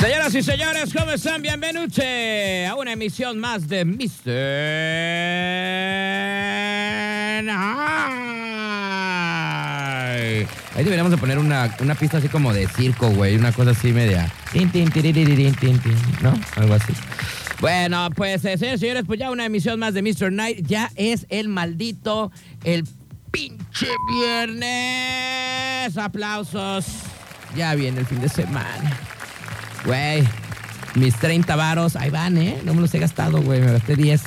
Señoras y señores, ¿cómo están? Bienvenute a una emisión más de Mr. High. Ahí deberíamos de poner una, una pista así como de circo, güey, una cosa así media. Tin, tin, tiriririn, tin, tin, ¿No? Algo así. Bueno, pues eh, señores, señores, pues ya una emisión más de Mr. Night. Ya es el maldito, el pinche viernes. Aplausos. Ya viene el fin de semana. Güey, mis 30 varos, ahí van, ¿eh? No me los he gastado, güey, me gasté 10.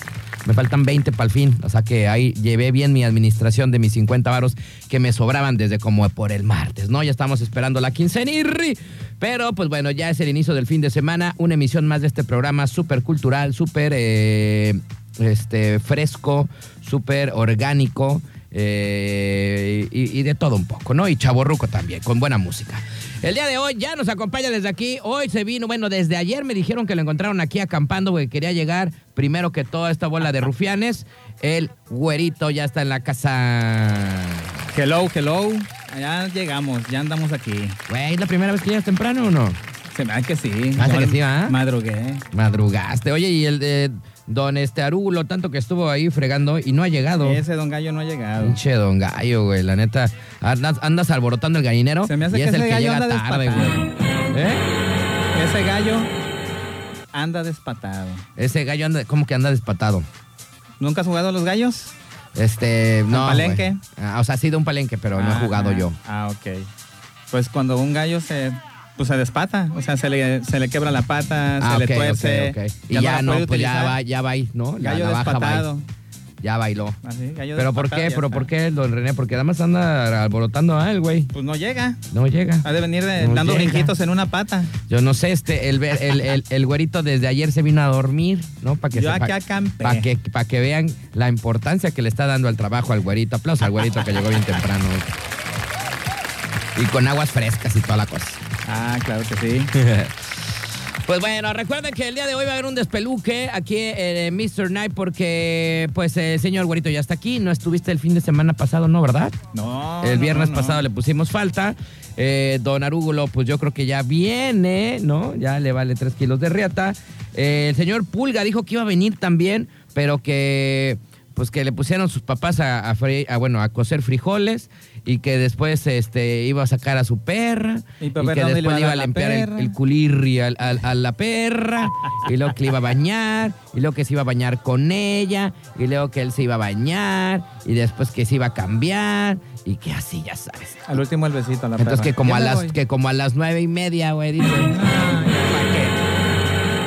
Me faltan 20 para el fin. O sea que ahí llevé bien mi administración de mis 50 varos que me sobraban desde como por el martes, ¿no? Ya estamos esperando la quincenirri. Pero pues bueno, ya es el inicio del fin de semana. Una emisión más de este programa súper cultural, súper eh, este, fresco, súper orgánico. eh, y, y de todo un poco, ¿no? Y chaborruco también, con buena música. El día de hoy ya nos acompaña desde aquí. Hoy se vino, bueno, desde ayer me dijeron que lo encontraron aquí acampando porque quería llegar primero que toda esta bola de rufianes. El güerito ya está en la casa. Hello, hello. Ya llegamos, ya andamos aquí. Güey, ¿es la primera vez que llegas temprano o no? Se me hace que sí. Hace Ah, Yo que sí, ¿va? Madrugué. Madrugaste. Oye, y el de don este Arúgulo, tanto que estuvo ahí fregando y no ha llegado. Ese don gallo no ha llegado. Pinche don gallo, güey. La neta, andas, andas alborotando el gallinero. Se me hace y que es el ese que gallo llega anda tarde, despatado. güey. ¿Eh? Ese gallo anda despatado. Ese gallo anda, como que anda despatado. ¿Nunca has jugado a los gallos? Este, no. güey. palenque? Ah, o sea, ha sido un palenque, pero no he Ah, jugado ah, yo. Ah, ok. Pues cuando un gallo se pues se despata, o sea, se le, se le quebra la pata, Ah, se ok, le ok, tuerce. ok. Y ya la no, puede pues ya, utilizar. va, ya va ahí, ¿no? La Gallo navaja va ahí. despatado. Ya bailó. Así, gallo ¿Pero por despatado, qué? ya ¿Pero está. por qué, don René? Porque nada más anda alborotando a él, güey. Pues no llega. No llega. Ha de venir de- No dando llega. brinquitos en una pata. Yo no sé, este, el, ver- el, el- el güerito desde ayer se vino a dormir, ¿no? Para que, Yo sepa- aquí acampé. pa' que, pa' que vean la importancia que le está dando al trabajo al güerito. Aplausos al güerito que llegó bien temprano. Y con aguas frescas y toda la cosa. Ah, claro que sí. Pues bueno, recuerden que el día de hoy va a haber un despeluque aquí eh, en Mr. Night porque, pues, el señor Güerito ya está aquí. No estuviste el fin de semana pasado, ¿no, verdad? No. el no, viernes no. pasado le pusimos falta. Eh, don Arúgulo, pues yo creo que ya viene, ¿no? Ya le vale tres kilos de riata. Eh, el señor Pulga dijo que iba a venir también, pero que pues que le pusieron sus papás a, a fre- a, bueno, a cocer frijoles y que después este, iba a sacar a su perra Y y que para ver dónde le después iba a le iba a dar la limpiar el, perra. el culirri al- al- a la perra y luego que le iba a bañar y luego que se iba a bañar con ella y luego que él se iba a bañar y después que se iba a cambiar y que así ya sabes. Al último el besito a la Entonces perra. que como Ya a me las voy. que como a las nueve y media, güey, dice. Ah, ya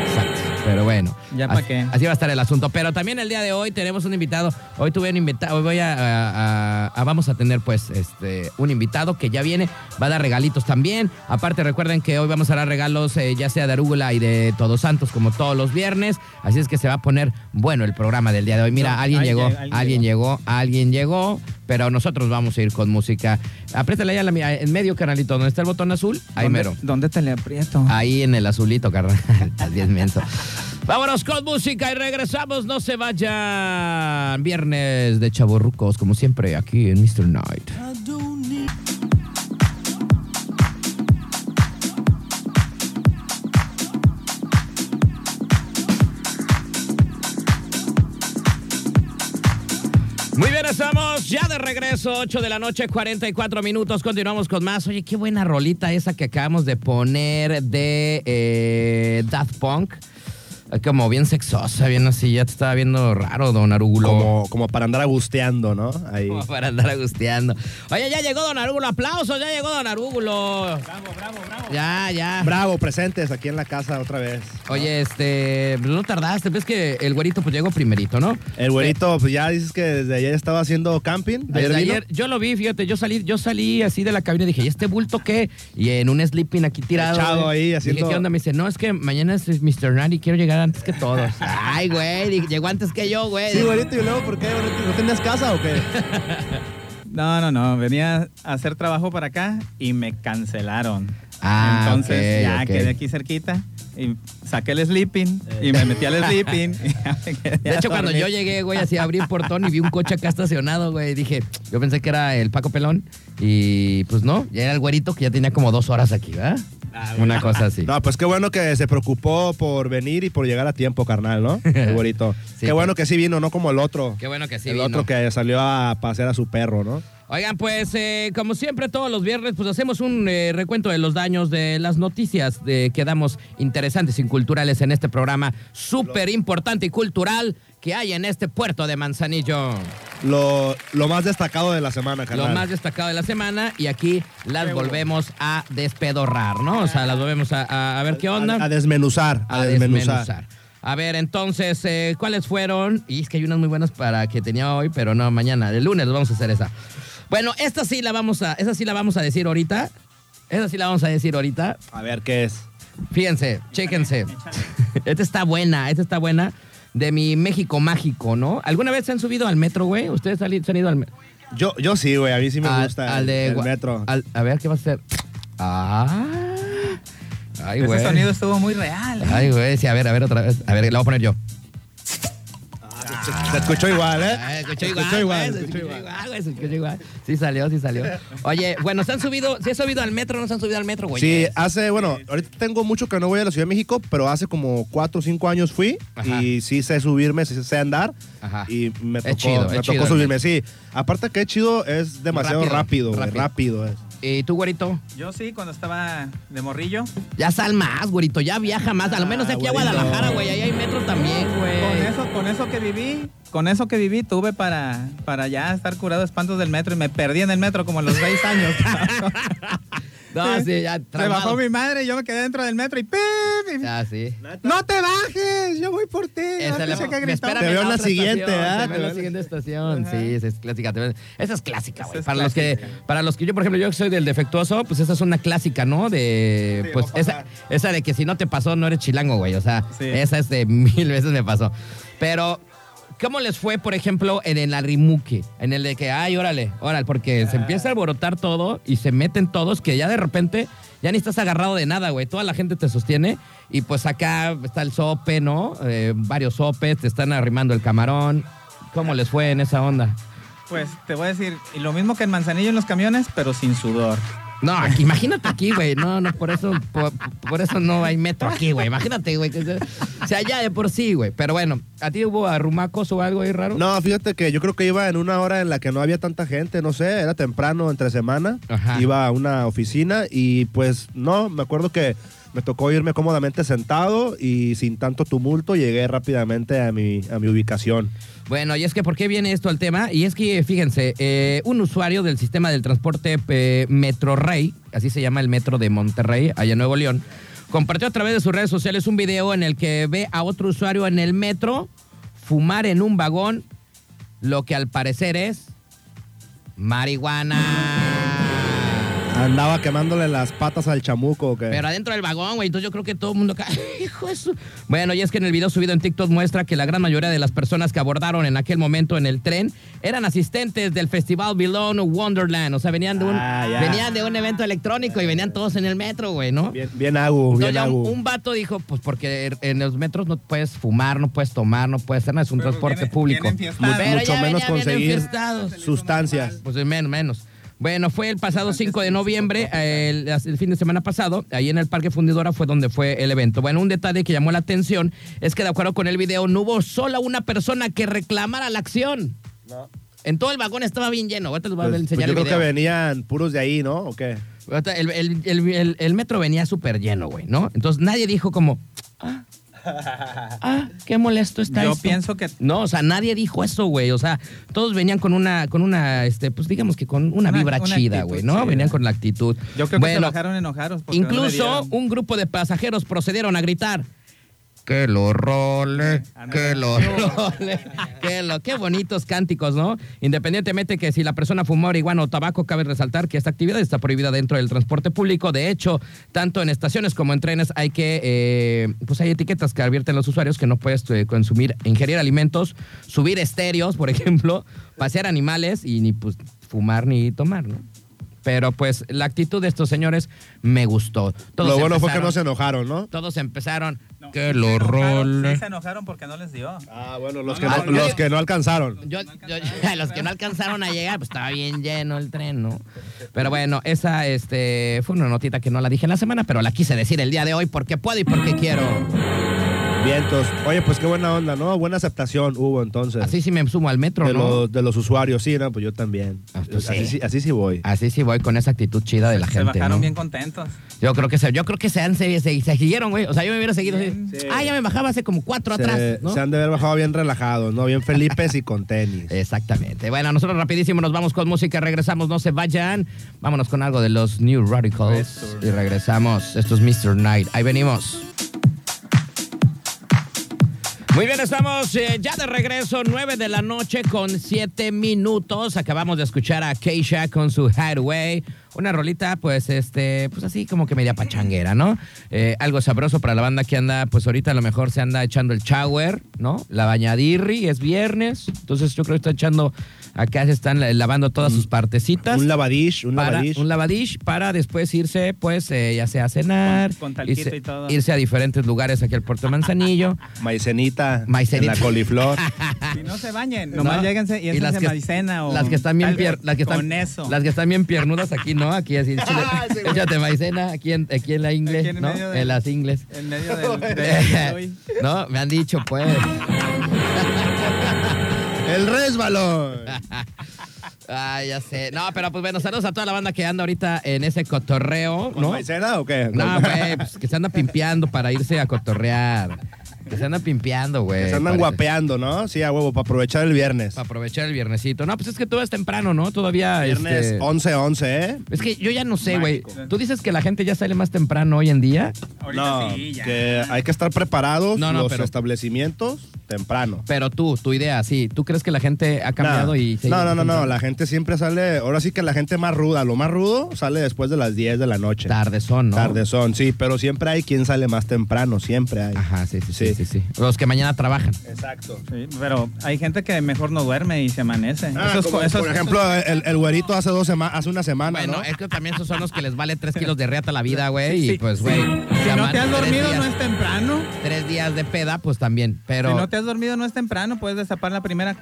Exacto. Pero bueno. Ya así- pa' qué. Así va a estar el asunto. Pero también el día de hoy tenemos un invitado. Hoy tuve un invitado. Hoy voy a, a- a- a- Vamos a tener, pues, este un invitado que ya viene. Va a dar regalitos también. Aparte, recuerden que hoy vamos a dar regalos, eh, ya sea de Arúgula y de Todos Santos, como todos los viernes. Así es que se va a poner bueno el programa del día de hoy. Mira, No, alguien, ahí llegó, llega, alguien alguien llegó, alguien llegó. Pero nosotros vamos a ir con música. Apriétale ya la mía. En medio, canalito, donde está el botón azul. pa' qué. Ahí ¿Dónde- mero. Ah. ¿Dónde te le aprieto? Ahí en el azulito, carnal. Estás bien menso. Vámonos con música y regresamos. No se vayan. Viernes de Chaborrucos, como siempre, aquí en Mr. Night. Muy bien, estamos ya de regreso, 8 de la noche, 44 minutos. Continuamos con más. Oye, qué buena rolita esa que acabamos de poner de eh, Daft Punk. Ay, Como bien sexosa, bien así. Ya te estaba viendo raro, don Arugulo. Como, como para andar agusteando, ¿no? Ahí. Como para andar angustiando. Oye, ya llegó Don Arúgulo. Aplausos, ya llegó Don Arúgulo. Bravo, bravo, bravo. Ya, ya. Bravo, presentes aquí en la casa otra vez. Oye, este, no tardaste. Ves que el güerito pues llegó primerito, ¿no? El güerito, pues ya dices que desde ayer estaba haciendo camping. Desde Ayer vino. ayer, yo lo vi, fíjate, yo salí, yo salí así de la cabina y dije, ¿y este bulto qué? Y en un sleeping aquí tirado. Echado güey. ahí, Dije, haciendo- ¿qué onda? Me dice, no, es que mañana es Mr. Nari, quiero llegar antes que todos. Ay, güey, dije, llegó antes que yo, güey. Sí, güerito, y luego, ¿por qué? güerito? ¿No tenías casa o qué? No, no, no. Venía a hacer trabajo para acá y me cancelaron. Ah, Entonces ok, ya ok. quedé aquí cerquita y saqué el sleeping y me metí al sleeping. y ya me quedé De a hecho, cuando dormir. yo llegué, güey, así abrí el portón y vi un coche acá estacionado, güey. Dije, yo pensé que era el Paco Pelón. Y pues no, ya era el güerito que ya tenía como dos horas aquí, ¿verdad? Una cosa así. Ah, No, pues qué bueno que se preocupó por venir y por llegar a tiempo, carnal, ¿no? Qué bonito. Sí, qué bueno pues. que sí vino, no como el otro. Qué bueno que sí el vino. otro que salió a pasear a su perro, ¿no? Oigan, pues eh, como siempre todos los viernes, pues hacemos un eh, recuento de los daños, de las noticias de, que damos interesantes y culturales en este programa súper importante y cultural que hay en este puerto de Manzanillo. Lo, lo más destacado de la semana, Lo carnal. más destacado de la semana y aquí las volvemos a despedorrar, ¿no? O sea, las volvemos a, a- a ver qué onda. A, a desmenuzar, a, a desmenuzar. desmenuzar. A ver, entonces, eh, ¿cuáles fueron? Y es que hay unas muy buenas para que tenía hoy, pero no, mañana, el lunes vamos a hacer esa. Bueno, esta sí la vamos a, esa sí la vamos a decir ahorita. Esa sí la vamos a decir ahorita. A ver qué es. Fíjense, chéquense. esta está buena, esta está buena. De mi México mágico, ¿no? ¿Alguna vez se han subido al metro, güey? ¿Ustedes han i- se han ido al metro? Yo, yo sí, güey, a mí sí me gusta el, el Gua- metro. al- a ver, ¿qué va a hacer? Ah. Ay, Ese güey. sonido estuvo muy real. Ay, güey, sí, a ver, a ver, otra vez. A ver, la voy a poner yo. Se escuchó igual, ¿eh? Ah, escuchó Se igual, güey, se escuchó igual, güey, se escuchó igual. Sí salió, sí salió. Oye, bueno, ¿se han subido, se han subido al metro no se han subido al metro, güey? Sí, hace, bueno, ahorita tengo mucho que no voy a la Ciudad de México, pero hace como 4 o 5 años fui Ajá. y sí sé subirme, sí sé andar Ajá. y me Es tocó, chido, me es tocó chido el subirme, sí. Aparte que es chido, es demasiado Rápido, rápido, güey, rápido. es. ¿Y tú, güerito? Yo sí, cuando estaba de morrillo, Ya sal más, güerito, ya viaja más, al menos de aquí a güerito. Guadalajara, güey, ahí hay metro también, con güey. eso, con eso que viví, con eso que viví, tuve para, para ya estar curado de espantos del metro y me perdí en el metro como a los seis años. No, sí, ya Se traumado. bajó mi madre y yo me quedé dentro del metro y ¡pim! Y- Ya, sí. ¡No te bajes! Yo voy por ti. Esa Ahora le- pues sé que me gritó. espérame Te veo en la otra siguiente, estación, Te ¿ah? veo en la Te veo en siguiesa estación. Ajá. Sí, esa es clásica. te veo- Esa es clásica, güey. Esa es para los que, clásica. para los que yo, por ejemplo, yo que soy del defectuoso, pues esa es una clásica, ¿no? De, Sí, pues no esa, pasa. esa de que si no te pasó no eres chilango, güey. O sea, Sí. esa es de mil veces me pasó. Pero ¿Cómo les fue, por ejemplo, en el Arrimuque? En el de que, ay, órale, órale, porque se empieza a alborotar todo y se meten todos que ya de repente ya ni estás agarrado de nada, güey. Toda la gente te sostiene y pues acá está el sope, ¿no? Eh, varios sopes, te están arrimando el camarón. ¿Cómo les fue en esa onda? Pues te voy a decir, y lo mismo que en Manzanillo en los camiones, pero sin sudor. No, aquí- imagínate aquí, güey. No, no, por eso, por, por eso no hay metro aquí, güey. Imagínate, güey. que se- O sea, ya de por sí, güey. Pero bueno, ¿a ti hubo arrumacos o algo ahí raro? No, fíjate que yo creo que iba en una hora en la que no había tanta gente, no sé, era temprano, entre semana. Ajá. Iba a una oficina y pues no, me acuerdo que me tocó irme cómodamente sentado y sin tanto tumulto llegué rápidamente a mi, a mi ubicación. Bueno, y es que ¿por qué viene esto al tema? Y es que, fíjense, eh, un usuario del sistema del transporte eh, Metrorrey, así se llama el metro de Monterrey, allá en Nuevo León, compartió a través de sus redes sociales un video en el que ve a otro usuario en el metro fumar en un vagón, lo que al parecer es marihuana. Andaba quemándole las patas al chamuco. que Pero adentro del vagón, güey. Entonces yo creo que todo el mundo cae. Hijo de su- Bueno, y es que en el video subido en TikTok muestra que la gran mayoría de las personas que abordaron en aquel momento en el tren eran asistentes del festival Below Wonderland. O sea, venían de un, Ah, ya. venían de un evento electrónico y venían todos en el metro, güey, ¿no? Bien, bien agu, Entonces bien ya un, agu. un vato dijo, pues porque er- en los metros no puedes fumar, no puedes tomar, no puedes hacer nada, es un Pero transporte viene- público. viene enfiestado. Pero Mucho ya menos venía bien conseguir enfiestados. sustancias. Pues eh, menos, menos. Bueno, fue el pasado 5 de noviembre, eh, el, el fin de semana pasado, ahí en el Parque Fundidora fue donde fue el evento. Bueno, un detalle que llamó la atención es que de acuerdo con el video no hubo sola una persona que reclamara la acción. En todo el vagón estaba bien lleno. Ahorita les voy a Pues- pues enseñar yo el creo que video. venían puros de ahí, ¿no? ¿O qué? Ahorita El, el- el- el- el metro venía súper lleno, güey, ¿no? Entonces nadie dijo como, ah, ah, qué molesto está Yo esto". pienso que No, o sea, nadie dijo eso, güey. O sea, todos venían con una, con una, este, pues digamos que con una, Una- vibra una chida, actitud güey, ¿no? chida. Venían con la actitud. yo creo que se Bueno, bajaron enojados. porque no le Incluso dieron. un grupo de pasajeros procedieron a gritar. Que lo role, que Ándale. lo role, que lo, qué bonitos cánticos, ¿no? Independientemente que si la persona fumó marihuana o tabaco, cabe resaltar que esta actividad está prohibida dentro del transporte público. De hecho, tanto en estaciones como en trenes hay que, eh, pues hay etiquetas que advierten a los usuarios que no puedes eh, consumir, ingerir alimentos, subir estéreos, por ejemplo, pasear animales y ni pues fumar ni tomar, ¿no? Pero pues la actitud de estos señores me gustó. Todos Lo bueno fue que empezaron- no se enojaron, ¿no? Todos empezaron. No, que sí lo se enojaron, role. sí se enojaron porque no les dio. Ah, bueno, No, los, que, no, no, no, los yo- que no alcanzaron. Yo, yo- los que no alcanzaron a llegar, pues estaba bien lleno el tren, ¿no? Pero bueno, esa este, fue una notita que no la dije en la semana, pero la quise decir el día de hoy porque puedo y porque quiero. Vientos. Oye, pues qué buena onda, ¿no? Buena aceptación hubo entonces. Así sí me sumo al metro, de, ¿no? los, de los usuarios, sí, no, pues yo también. Ah, pues así, sí. sí- así sí voy. Así sí voy con esa actitud chida de la se gente. bajaron ¿no? bien contentos. Yo creo que se, yo creo que se han se, se- se siguieron, güey. O sea, yo me hubiera seguido. así. Sí. Ah, ya me bajaba hace como cuatro Se, atrás, ¿no? se han de haber bajado bien relajados, ¿no? Bien felices y con tenis. Eh, Exactamente. Bueno, nosotros rapidísimo nos vamos con música, regresamos, no se vayan. Vámonos con algo de los New Radicals y regresamos. Esto es Mr. Night. Ahí venimos. Muy bien, estamos eh, ya de regreso, 9 de la noche con 7 minutos. Acabamos de escuchar a Keisha con su Hideaway. Una rolita, pues, este, pues así como que media pachanguera, ¿no? Eh, algo sabroso para la banda que anda, pues ahorita a lo mejor se anda echando el shower, ¿no? La bañadirri, es viernes. Entonces yo creo que está echando, acá se están la- lavando todas sus partecitas. Un lavadish, un para, lavadish. un lavadish para después irse, pues, eh, ya sea a cenar. Con- con talquito irse, y todo. irse a diferentes lugares aquí al Puerto Manzanillo. Maicenita, Maicenita. la coliflor. Si no se bañen, Ah. ¿no? nomás lléguense y, las échense que- maicena o las que están bien algo pier- las que están- con eso. Ah, las que están bien piernudas aquí, ¿no? Aquí así, échale- échate maicena aquí en, aquí en la ingle, Aquí en ¿no? medio de- En las ingles. En medio del, del- uy. no, me han dicho, pues. El resbalón. Ah, ya sé. No, pero pues bueno, saludos a toda la banda que anda ahorita en ese cotorreo, ¿Con ¿no? maicena o qué? No, Con- güey, pues que se anda pimpeando para irse a cotorrear. Que se anda pimpeando, güey. Se andan Eh, para- guapeando, ¿no? Sí, a huevo, para aprovechar el viernes. Para aprovechar el viernesito. No, pues es que todo es temprano, ¿no? Todavía. Viernes este, 11-11, ¿eh? Es que yo ya no sé, güey. Mágico. ¿Tú dices que la gente ya sale más temprano hoy en día? Ahorita No, sí, ya. que hay que estar preparados No, no, los pero- establecimientos temprano. Pero tú, tu idea, sí. ¿Tú crees que la gente ha cambiado Nah. y... se- no, no, no, no, la gente siempre sale, ahora sí que la gente más ruda, lo más rudo sale después de las 10 de la noche. Tarde son, ¿no? Tarde son, sí, pero siempre hay quien sale más temprano, siempre hay. Ajá, sí sí, sí, sí, Sí. sí. Los que mañana trabajan. Exacto. Sí, pero hay gente que mejor no duerme y se amanece. Ah, Esos co- como, esos- por ejemplo, el, el güerito hace dos semanas, hace una semana, Bueno, ¿no? es que también esos son los que les vale tres kilos de reata la vida, güey. Ah, Sí, y pues, sí. güey. Si no te has llaman tres dormido, no días- es temprano. Tres días de peda, pues también. Pero... Si no te has dormido, no es temprano. Puedes destapar la primera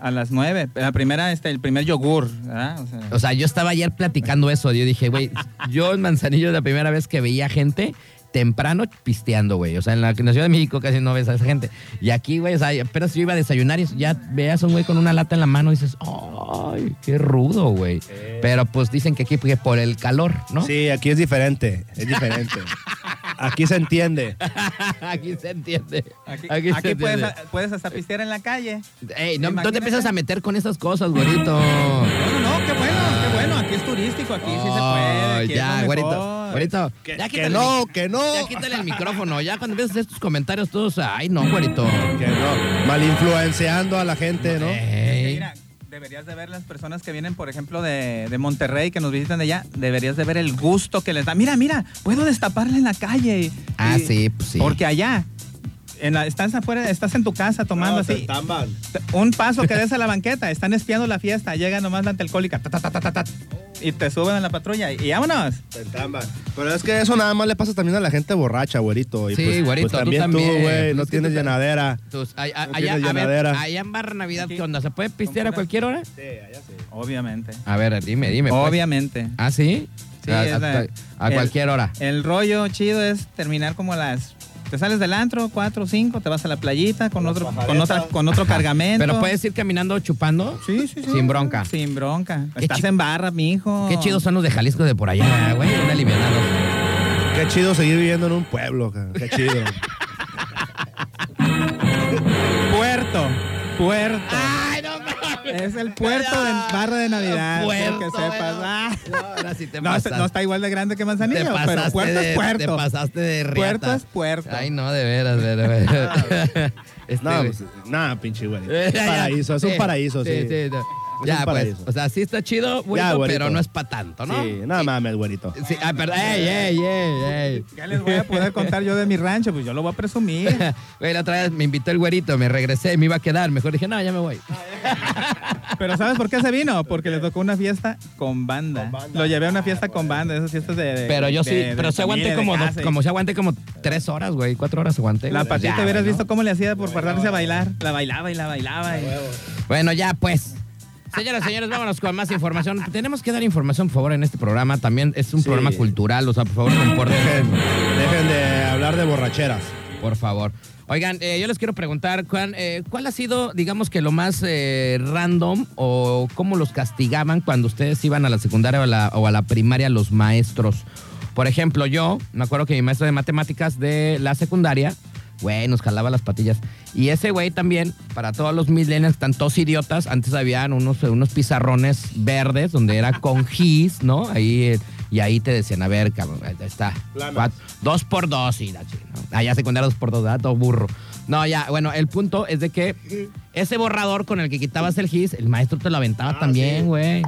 a las nueve. La primera, este, el primer yogur. ¿verdad? O sea, O sea, yo estaba ayer platicando eso. Yo dije, güey, yo en Manzanillo la primera vez que veía gente temprano pisteando, güey. O sea, en la, en la Ciudad de México casi no ves a esa gente. Y aquí, güey, o sea, apenas yo iba a desayunar y ya veas a un güey con una lata en la mano y dices, ¡ay, qué rudo, güey! Pero pues dicen que aquí porque por el calor, ¿no? Sí, aquí es diferente, es diferente. aquí se entiende. aquí se entiende. aquí Aquí, se aquí puedes, entiende. puedes hasta pistear en la calle. Ey, no, no te Imagínate. empiezas a meter con esas cosas, güerito. No, no, no, qué bueno, qué bueno. Aquí es turístico, aquí sí se puede. Oh, aquí es lo ya, mejor. güerito. Güerito, Que, ya que quítale no, que no. Ya quítale el micrófono, ya cuando empiezas a hacer tus comentarios todos, ay no, güerito. Que no. Malinfluenciando a la gente, ¿no? Eh, Es que Ey. Mira, deberías de ver las personas que vienen, por ejemplo, de, de Monterrey, que nos visitan de allá, deberías de ver el gusto que les da. Mira, mira, puedo destaparla en la calle. Y- Ah, sí, pues sí. Porque allá, en la- estás afuera, estás en tu casa tomando No, se así. estamban. Un paso que des a la banqueta, están espiando la fiesta, llega nomás la alcohólica, ta, ta, ta, ta, ta, ta, y te suben a la patrulla y vámonos. Se estamban. Pero es que eso nada más le pasa también a la gente borracha, güerito. Y Sí, pues, güerito, pues tú también tú, también. güey, no Es que tienes tú- llenadera. Entonces, ay- ay- No allá, tienes a ver, llanadera. allá en Barra Navidad, Aquí. ¿qué onda? ¿Se puede pistear a cualquier hora? Sí, allá sí. Obviamente. A ver, dime, dime. pues. Obviamente. ¿Ah, sí? Sí, a, es a- la- a el- cualquier hora. El rollo chido es terminar como a las. Te sales del antro, 4 o 5, te vas a la playita con Las otro, con pajaretas. otra, con otro cargamento. Pero puedes ir caminando chupando. Sí, sí, sí. Sin bronca. Sin bronca. Qué Estás chi- en barra, mijo. Qué chidos son los de Jalisco de por allá, güey. Un alivianado. Qué chido seguir viviendo en un pueblo, cara. qué chido. Puerto. Puerto. Ay, no mames. es el puerto de barra de Navidad. Puerto, quiero que sepas. bueno. Ah. No, ahora sí te No, pasas. no está igual de grande que Te Manzanillo, pasaste pero puerto de- es puerto. Te pasaste de riata. Puerto es puerto. Ay, no, de veras, de veras. Este, No, güey. pues, nada, pinche güerito. Eh, ya, ya. Paraíso, es un Sí, paraíso, sí. sí, no. un Ya, pues, paraíso. o sea, sí está chido, güey, Ya, güerito. pero no es para tanto, ¿no? Sí, nada mames, güerito. Sí, ah, perdón. Ey, ey, ey, ey. Ya les voy a poder contar yo de mi rancho, pues yo lo voy a presumir. Güey, la otra vez me invitó el güerito, me regresé, me iba a quedar. Mejor dije, no, ya me voy. Pero ¿sabes por qué se vino? Porque le tocó una fiesta con banda. Con banda. Ah, Lo llevé a una fiesta con banda, esas fiestas de... de- Pero yo sí, de- de pero se familia, aguanté de como, dos- casa y- como se aguanté como tres horas, güey, cuatro horas aguanté. La güey. patita Ya, hubieras ¿no? visto cómo le hacía por pararse a bailar. La bailaba y la bailaba. y- Bueno, ya pues. Señoras, señores, vámonos con más información. Tenemos que dar información, por favor, en este programa. También es un Sí. programa cultural, o sea, por favor, compórtense. Dejen, dejen de hablar de borracheras. Por favor. Oigan, eh, yo les quiero preguntar, Juan, eh, ¿cuál ha sido, digamos que lo más eh, random o cómo los castigaban cuando ustedes iban a la secundaria o a la, o a la primaria los maestros? Por ejemplo, yo me acuerdo que mi maestro de matemáticas de la secundaria, güey, nos jalaba las patillas. Y ese güey también, para todos los millennials, están todos idiotas. Antes habían unos, unos pizarrones verdes donde era con gis, ¿no? Ahí, eh, y ahí te decían, a ver, cabrón, ahí está. Planas. Cuatro- dos por dos y la chingada. Ah, ya secundaria dos por dos, ¿verdad? Todo burro. No, ya, bueno, el punto es de que ese borrador con el que quitabas el gis, el maestro te lo aventaba Ah, también, sí. güey.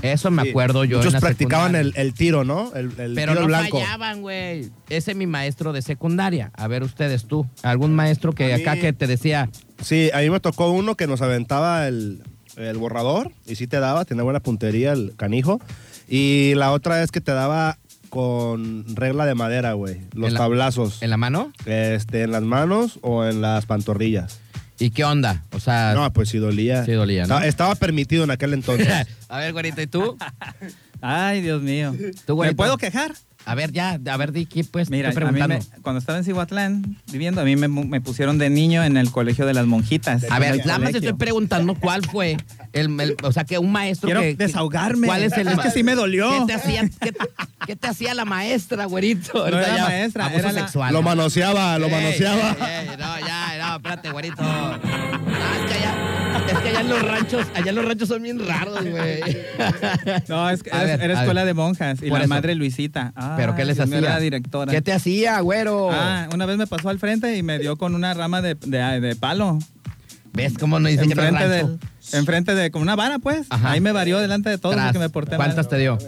Eso me Sí. acuerdo yo. en Muchos la practicaban secundaria. el, el tiro, ¿no? El, el Pero tiro no blanco. fallaban, güey. Ese es mi maestro de secundaria. A ver, ustedes, tú. ¿Algún maestro que A mí- acá que te decía, Sí, a mí me tocó uno que nos aventaba el, el borrador y sí te daba, tenía buena puntería el canijo. Y la otra es que te daba con regla de madera, güey. Los En la- tablazos. en la mano? este, en las manos o en las pantorrillas. ¿Y qué onda? O sea, No, pues sí dolía. Ah. Sí dolía, ¿no? Estaba, estaba permitido en aquel entonces. a ver, güerito, ¿y tú? Ay, Dios mío. Tú, güerito. ¿Me puedo quejar? A ver, ya, a ver, di qué pues, Mira, estoy a mí preguntando. me- cuando estaba en Cihuatlán viviendo, a mí me, me pusieron de niño en el colegio de las monjitas. A En ver, el nada más te colegio. estoy preguntando cuál fue el, el- o sea, que un maestro Quiero que- que- desahogarme. ¿Cuál es el Es que sí me dolió. ¿Qué te hacía, qué, qué te hacía la maestra, güerito? No Ahorita era ya, maestra, abuso era la- sexual. Lo manoseaba, lo Ey, manoseaba. ey, ey, no, ya, no, espérate, güerito. No, es que allá, es que allá en los ranchos, allá en los ranchos son bien raros, güey. No, es que A era, ver, era a ver. escuela de monjas y Por la eso. madre Luisita. Ay, Pero ¿qué les Dios mío, hacía? era la directora. ¿Qué te hacía, güero? Ah, una vez me pasó al frente y me dio con una rama de, de- de palo. ¿Ves cómo no dice que no es enfrente, rancho? de, enfrente de, con una vara, pues. Ajá. Ahí me varió delante de todos Tras. porque me porté mal. ¿Cuántas te dio?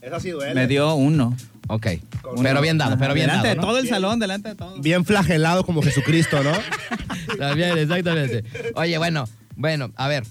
Esa sí duele. Me dio uno. Ok. Con- Pero bien dado, Ajá, pero bien delante dado. de ¿no? todo el salón, delante de todos. Bien flagelado como Jesucristo, ¿no? También, exactamente. Oye, bueno, bueno, a ver.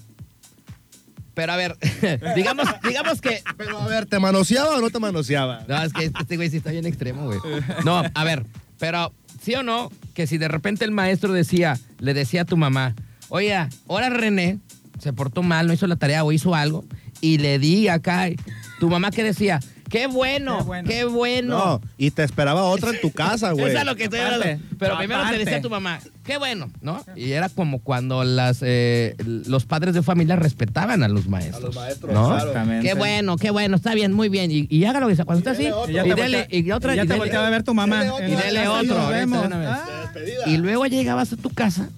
Pero a ver, digamos, digamos que. Pero a ver, ¿te manoseaba o no te manoseaba? No, es que este güey sí está bien extremo, güey. No, a ver, pero sí o no, que si de repente el maestro decía, le decía a tu mamá, oiga, ahora René se portó mal, no hizo la tarea o hizo algo, y le di acá, y tu mamá que decía, qué bueno, qué Qué bueno. bueno". No, y te esperaba otra en tu casa, güey. Eso es lo que estoy Aparte, hablando. Pero primero te aparte. decía tu mamá, qué bueno, ¿no? Y era como cuando las, eh, los padres de familia respetaban a los maestros. A los maestros, ¿no? claro. Exactamente. Qué bueno, qué bueno, está bien, muy bien. Y, y haga lo que sea. Cuando está así, dele otro. y, Y ya te dele, voltea- y otra, y ya y te dele- volteaba a ver tu mamá. dele otro. y dele Ahí otro. nos ahorita de vemos. una vez. Ah, Y luego llegabas a tu casa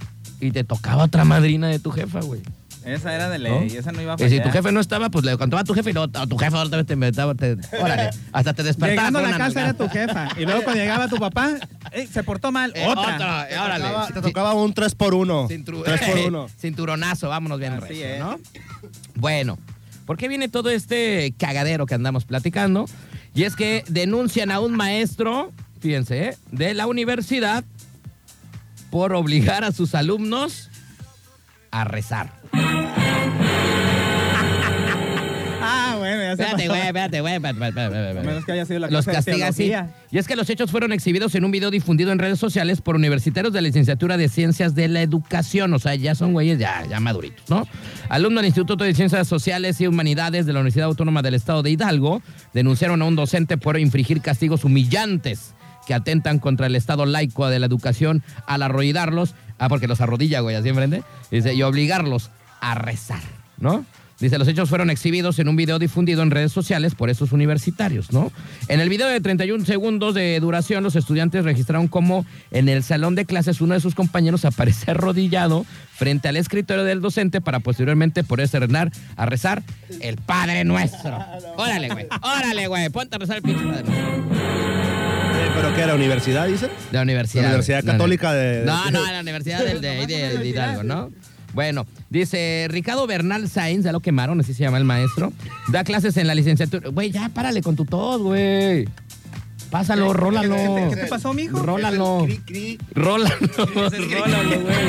y te tocaba otra madrina de tu jefa, güey. esa era de ¿no? ley, esa no iba a Y fallar. si tu jefe no estaba, pues le contaba a tu jefe y luego a tu jefe otra vez te inventaba. te- órale, hasta te despertaba. Llegando a con la una casa era tu nalgada. jefa. Y luego cuando llegaba tu papá, "Ey, se portó mal. Eh, otra. otra, eh, órale. Tocaba- Sí, te sí. tocaba un 3 por 1 Cintru- 3 por 1 Cinturonazo, vámonos bien Así recio, es. ¿no? Bueno, ¿por qué viene todo este cagadero que andamos platicando? Y es que denuncian a un maestro, fíjense, ¿eh? de la universidad por obligar a sus alumnos a rezar. Ah, bueno, ya se Espérate, pasó. güey, espérate, güey. espérate, espérate, espérate, A espérate. menos que haya sido la los clase de castiga así. teología. Y es que los hechos fueron exhibidos en un video difundido en redes sociales por universitarios de la licenciatura de Ciencias de la Educación. O sea, ya son güeyes ya, ya maduritos, ¿no? Alumnos del Instituto de Ciencias Sociales y Humanidades de la Universidad Autónoma del Estado de Hidalgo denunciaron a un docente por infringir castigos humillantes que atentan contra el Estado laico de la educación al arrodillarlos. Ah, porque los arrodilla, güey, así enfrente. Dice, y obligarlos a rezar, ¿no? Dice, los hechos fueron exhibidos en un video difundido en redes sociales por esos universitarios, ¿no? En el video de 31 segundos de duración, los estudiantes registraron cómo en el salón de clases uno de sus compañeros aparece arrodillado frente al escritorio del docente para posteriormente poderse renar a rezar el Padre Nuestro. Órale, güey, órale, güey, ponte a rezar el pinche Padre Nuestro. ¿Pero qué era? ¿Universidad, dice? La universidad. La Universidad güey. Católica de- No, no, la Universidad del- de, de- de Hidalgo, ¿no? Bueno, dice Ricardo Bernal Sainz, ya lo quemaron, así se llama el maestro. Da clases en la licenciatura. Güey, ya párale con tu tos, güey. Pásalo, rólalo. ¿Qué te- qué te pasó, mijo? Rólalo. Cri, cri. Rólalo. Rólalo, güey.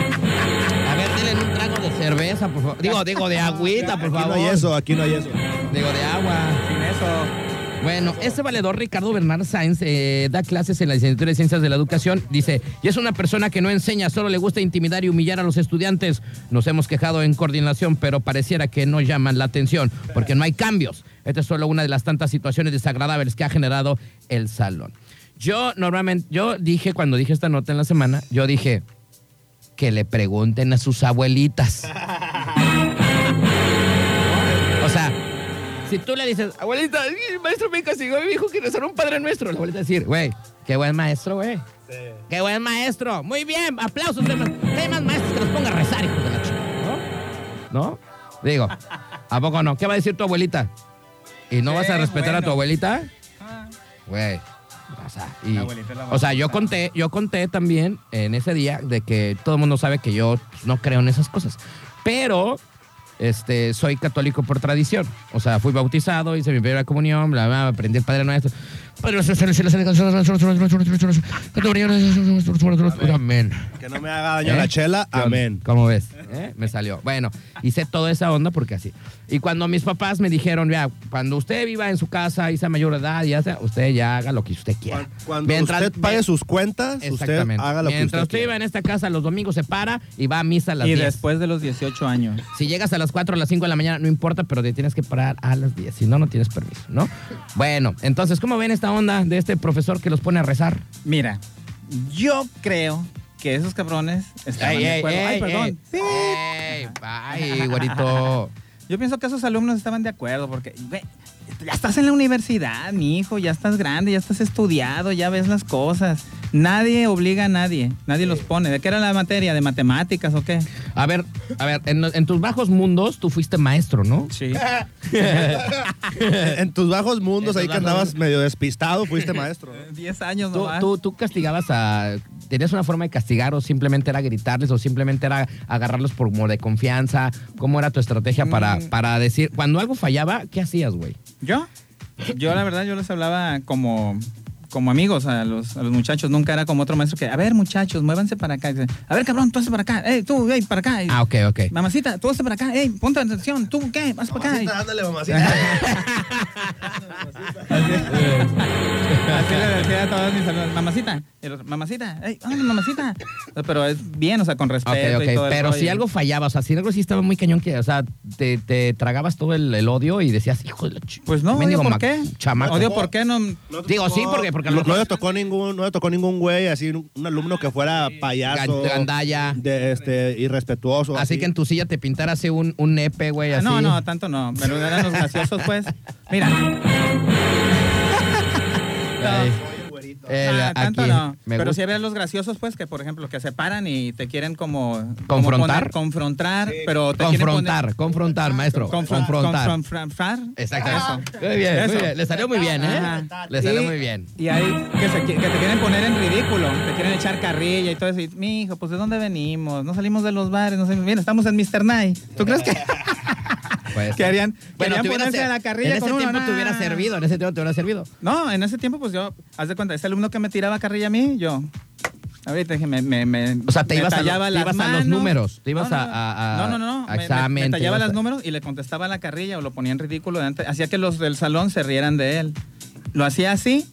A ver, denle un trago de cerveza, por favor. Digo, digo, de agüita, por Aquí favor. no hay eso, aquí no hay eso. Digo, de agua. Sin eso. Bueno, este valedor Ricardo Bernard Sáenz eh, da clases en la licenciatura de Ciencias de la Educación. Dice, y es una persona que no enseña, solo le gusta intimidar y humillar a los estudiantes. Nos hemos quejado en coordinación, pero pareciera que no llaman la atención porque no hay cambios. Esta es solo una de las tantas situaciones desagradables que ha generado el salón. Yo normalmente, yo dije cuando dije esta nota en la semana, yo dije que le pregunten a sus abuelitas. O sea, si tú le dices, abuelita, el maestro me castigó y me dijo que rezara un padre nuestro, la abuelita va a decir, güey, qué buen maestro, güey. Qué buen maestro. Muy bien, aplausos. Hay más, hay más maestros que los ponga a rezar, hijos de la chica. ¿No? ¿No? Digo, ¿a poco no? ¿Qué va a decir tu abuelita? ¿Y no Sí, vas a respetar a tu bueno. abuelita? Ah, Güey. O sea, y- La abuelita es la o sea, yo abuelita. conté, yo conté también en ese día de que todo el mundo sabe que yo pues, no creo en esas cosas. Pero este, soy católico por tradición. O sea, fui bautizado, hice mi primera comunión, bla, bla, aprendí el Padre Nuestro. Amén. Que no me haga daño ¿Eh? la chela, Yo- amén. ¿Cómo ves? ¿Eh? Me salió. Bueno, hice toda esa onda porque así. Y cuando mis papás me dijeron, ya, cuando usted viva en su casa y sea mayor de edad, ya sea, usted ya haga lo que usted quiera. Cuan- Cuando usted pague sus cuentas, usted Exactamente. haga lo Mientras que usted, usted quiera. viva en esta casa, los domingos se para y va a misa a las Y 10. después de los 18 años. Si llegas a las 4 o las 5 de la mañana, no importa, pero te tienes que parar a las 10. Si no, no tienes permiso, ¿no? Bueno, entonces, ¿cómo ven esta onda de este profesor que los pone a rezar? Mira, yo creo que esos cabrones estaban de acuerdo. Ay, perdón. Sí. ey. Ay, güerito. Yo pienso que esos alumnos estaban de acuerdo porque, güey, ya estás en la universidad, mi hijo, ya estás grande, ya estás estudiado, ya ves las cosas. Nadie obliga a nadie, nadie los pone. ¿De qué era la materia? ¿De matemáticas o qué? A ver, a ver, en, en tus bajos mundos tú fuiste maestro, ¿no? Sí. En- En tus bajos mundos, En ahí tus que bajos andabas medio despistado, fuiste maestro. ¿no? 10 años ¿Tú, nomás. tú, tú castigabas a... ¿Tenías una forma de castigar o simplemente era gritarles o simplemente era agarrarlos por humor de confianza? ¿Cómo era tu estrategia para, Mm. para decir... Cuando algo fallaba, ¿qué hacías, güey? ¿Yo? Yo, la verdad, yo les hablaba como, como amigos a los, a los muchachos. Nunca era como otro maestro que, a ver, muchachos, muévanse para acá. Dice, A ver, cabrón, tú haces para acá. Ey, tú, ey, para acá. Y, Ah, ok, ok. Mamacita, tú haces para acá. Ey, ponte atención. ¿Tú qué? Vas para Mamacita, acá. ándale, mamacita. Así le decía a todos mis alumnos, mamacita. Y los, mamacita, ey, ándale, mamacita. Pero es bien, o sea, con respeto Ok, ok. y todo el Pero si rollo. algo fallaba, o sea, si algo sí estaba muy cañón, que, o sea, te, te tragabas todo el, el odio y decías, hijo de la ch... Pues no, mendigo odio por ma- qué. Chamaco. Odio por qué no... No te Digo, tocó- sí, porque- porque a lo no, mejor- no le tocó ningún, no le tocó ningún güey así, un un alumno que fuera payaso, Gan- gandalla. de, este, irrespetuoso. Así que en tu silla te pintaras un, un nepe, güey, Ah, así. no, no, tanto no. Pero eran los graciosos, pues. Mira. Ay. Eh, Ah, aquí, tanto no. me Pero gusta. si había los graciosos, pues, que por ejemplo, que se paran y te quieren como... como ¿Confrontar? poner- confrontar, pero te confrontar, quieren confrontar, maestro. poner... confron- confrontar. confrontar. Exactamente. Eso. Muy bien, muy Eso. bien. Le salió muy bien, ¿eh? Ajá. Le salió Y- muy bien. Y ahí que, se qui- que te quieren poner en ridículo, te quieren echar carrilla y todo eso. Y, mijo, pues ¿de dónde venimos? No salimos de los bares, no salimos... Mira, estamos en Mr. Night. ¿Tú crees que...? Pues. que harían, Bueno, querían te hubiera ponerse ser- a la carrilla en ese con uno, tiempo nah. te hubiera servido, en ese tiempo te hubiera servido. No, en ese tiempo, pues yo, haz de cuenta, ese alumno que me tiraba carrilla a mí, yo. Ahorita dije, me, me, me- O sea, te me ibas a lo- tallaba te las ibas a los manos. números, te ibas no, a- no, a- a- No, no, no. a me- me- examen, Me, te tallaba ibas los a- números y le contestaba la carrilla o lo ponía en ridículo. delante. Hacía que los del salón se rieran de él. Lo hacía así,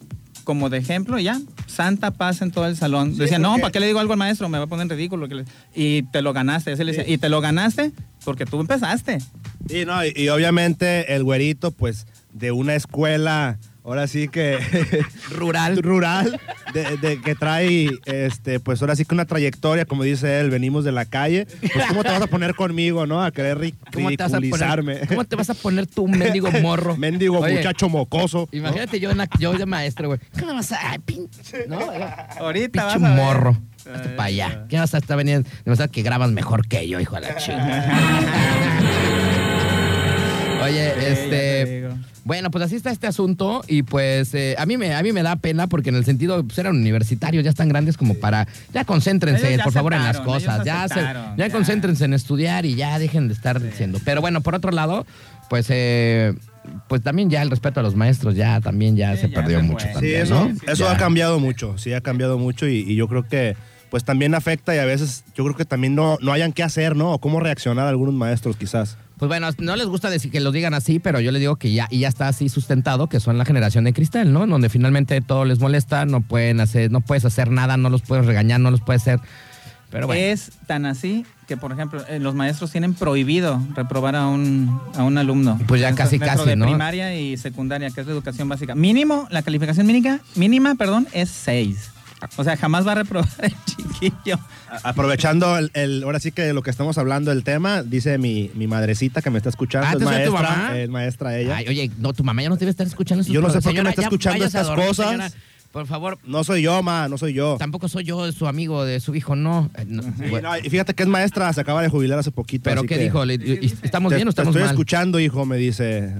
como de ejemplo, y ya. Santa paz en todo el salón. Decía, no, porque- ¿para qué le digo algo al maestro? Me va a poner en ridículo. que le- Y te lo ganaste. Así le decía, Sí. y te lo ganaste porque tú empezaste. Y, no, y, y obviamente el güerito, pues, de una escuela, ahora sí que Rural. rural, de, de que trae, este, pues ahora sí que una trayectoria, como dice él, venimos de la calle. Pues, ¿cómo te vas a poner conmigo, no? A querer ri- ¿Cómo te, vas a ridiculizarme. poner, ¿Cómo te vas a poner tú, mendigo morro? Mendigo Oye, muchacho mocoso. ¿no? Imagínate yo, en la- yo de maestro, güey. ¿Qué me vas a...? ay, pinche, ¿no? Ahorita Pinche vas a ver. morro. Ay, Hasta para allá. ¿Qué vas a estar veniendo? Demasiado que grabas mejor que yo, hijo de la chingada. Oye, Sí, ya te este... digo. Bueno, pues así está este asunto y pues eh, a, mí me, a mí me da pena porque en el sentido, pues eran universitarios, ya están grandes como para, ya concéntrense Ellos ya por favor en las aceptaron, cosas, ellos ya, se- aceptaron, ya ya. concéntrense en estudiar y ya dejen de estar diciendo. Pero bueno, por otro lado, pues, eh, pues también ya el respeto a los maestros ya también ya Sí, se ya perdió se mucho. fue. Sí, también, eso, ¿no? eso Ya. ha cambiado mucho, sí ha cambiado mucho y, y yo creo que pues también afecta y a veces yo creo que también no, no hayan qué hacer, ¿no? O cómo reaccionar algunos maestros quizás. Pues bueno, no les gusta decir que lo digan así, pero yo les digo que ya, y ya está así sustentado, que son la generación de cristal, ¿no? En Donde finalmente todo les molesta, no pueden hacer, no puedes hacer nada, no los puedes regañar, no los puedes hacer. Pero bueno. Eh, Es tan así que, por ejemplo, eh, los maestros tienen prohibido reprobar a un, a un alumno. Pues ya Dentro- casi, dentro casi, de ¿no? primaria y secundaria, que es la educación básica. Mínimo, la calificación mínima, mínima perdón, es 6. O sea, jamás va a reprobar el chiquillo. A- Aprovechando el, el- ahora sí que de lo que estamos hablando, el tema, dice mi, mi madrecita que me está escuchando, Ah, es ¿te suena tu maestra, mamá? es maestra ella. Ay, oye, no, tu mamá ya no debe estar escuchando estos Yo no sé por qué programas. me está ya escuchando váyase a estas dormir, cosas. señora. por favor, No soy yo, ma, no soy yo. tampoco soy yo su amigo de su hijo, no. Eh, no, Sí, bueno, no, y fíjate que es maestra, se acaba de jubilar hace poquito. pero así ¿qué que- dijo? Le- ¿Estamos Te- bien o te estamos estoy mal? escuchando, hijo, me dice.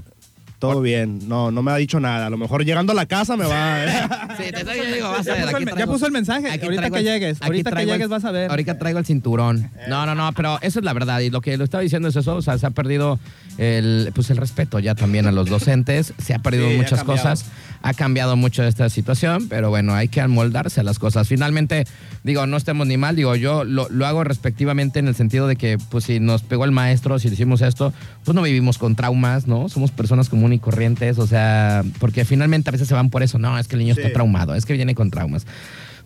Todo bien. No, no me ha dicho nada. A lo mejor llegando a la casa me va. ¿eh? Sí, te estoy- yo digo, vas a ya ver, aquí puso el me- ya traigo- puso el mensaje. aquí Ahorita traigo que el- llegues, aquí ahorita que traigo el- llegues vas a ver. Ahorita traigo el cinturón. No, no, no, pero eso es la verdad. Y lo que lo estaba diciendo es eso. O sea, se ha perdido el, pues el respeto ya también a los docentes. Se ha perdido Sí, ha muchas cambiado. cosas. Ha cambiado mucho esta situación, pero bueno, hay que amoldarse a las cosas. Finalmente, digo, no estemos ni mal. Digo, yo lo, lo hago respectivamente en el sentido de que, pues, si nos pegó el maestro, si le hicimos esto, pues no vivimos con traumas, ¿no? Somos personas comunes y corrientes. O sea, porque finalmente a veces se van por eso. No, es que el niño está Sí. traumado, es que viene con traumas.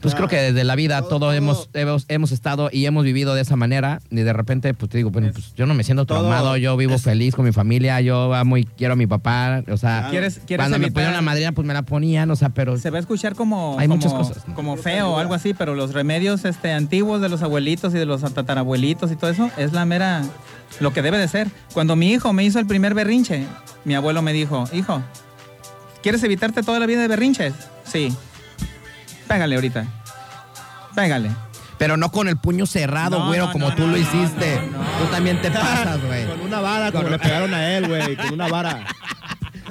Pues Claro. creo que desde la vida Todo- todos todo- hemos, hemos, hemos estado y hemos vivido de esa manera y de repente pues te digo, bueno, pues yo no me siento todo traumado, yo vivo es- feliz con mi familia, yo amo y quiero a mi papá, o sea, Claro. ¿Quieres, quieres cuando me evitar- ponían la madrina pues me la ponían, o sea, pero Se va a escuchar como, Hay como- muchas cosas, ¿no? como feo o algo así, pero los remedios este, antiguos de los abuelitos y de los tatarabuelitos y todo eso es la mera lo que debe de ser. Cuando mi hijo me hizo el primer berrinche, mi abuelo me dijo, hijo, ¿quieres evitarte toda la vida de berrinches? Sí. Pégale ahorita. Pégale. pero no con el puño cerrado, No, güero, no, como no, tú no, lo no, hiciste. no, no. Tú también te pasas, güey. Con una vara, como le pegaron a él, güey. Con una vara.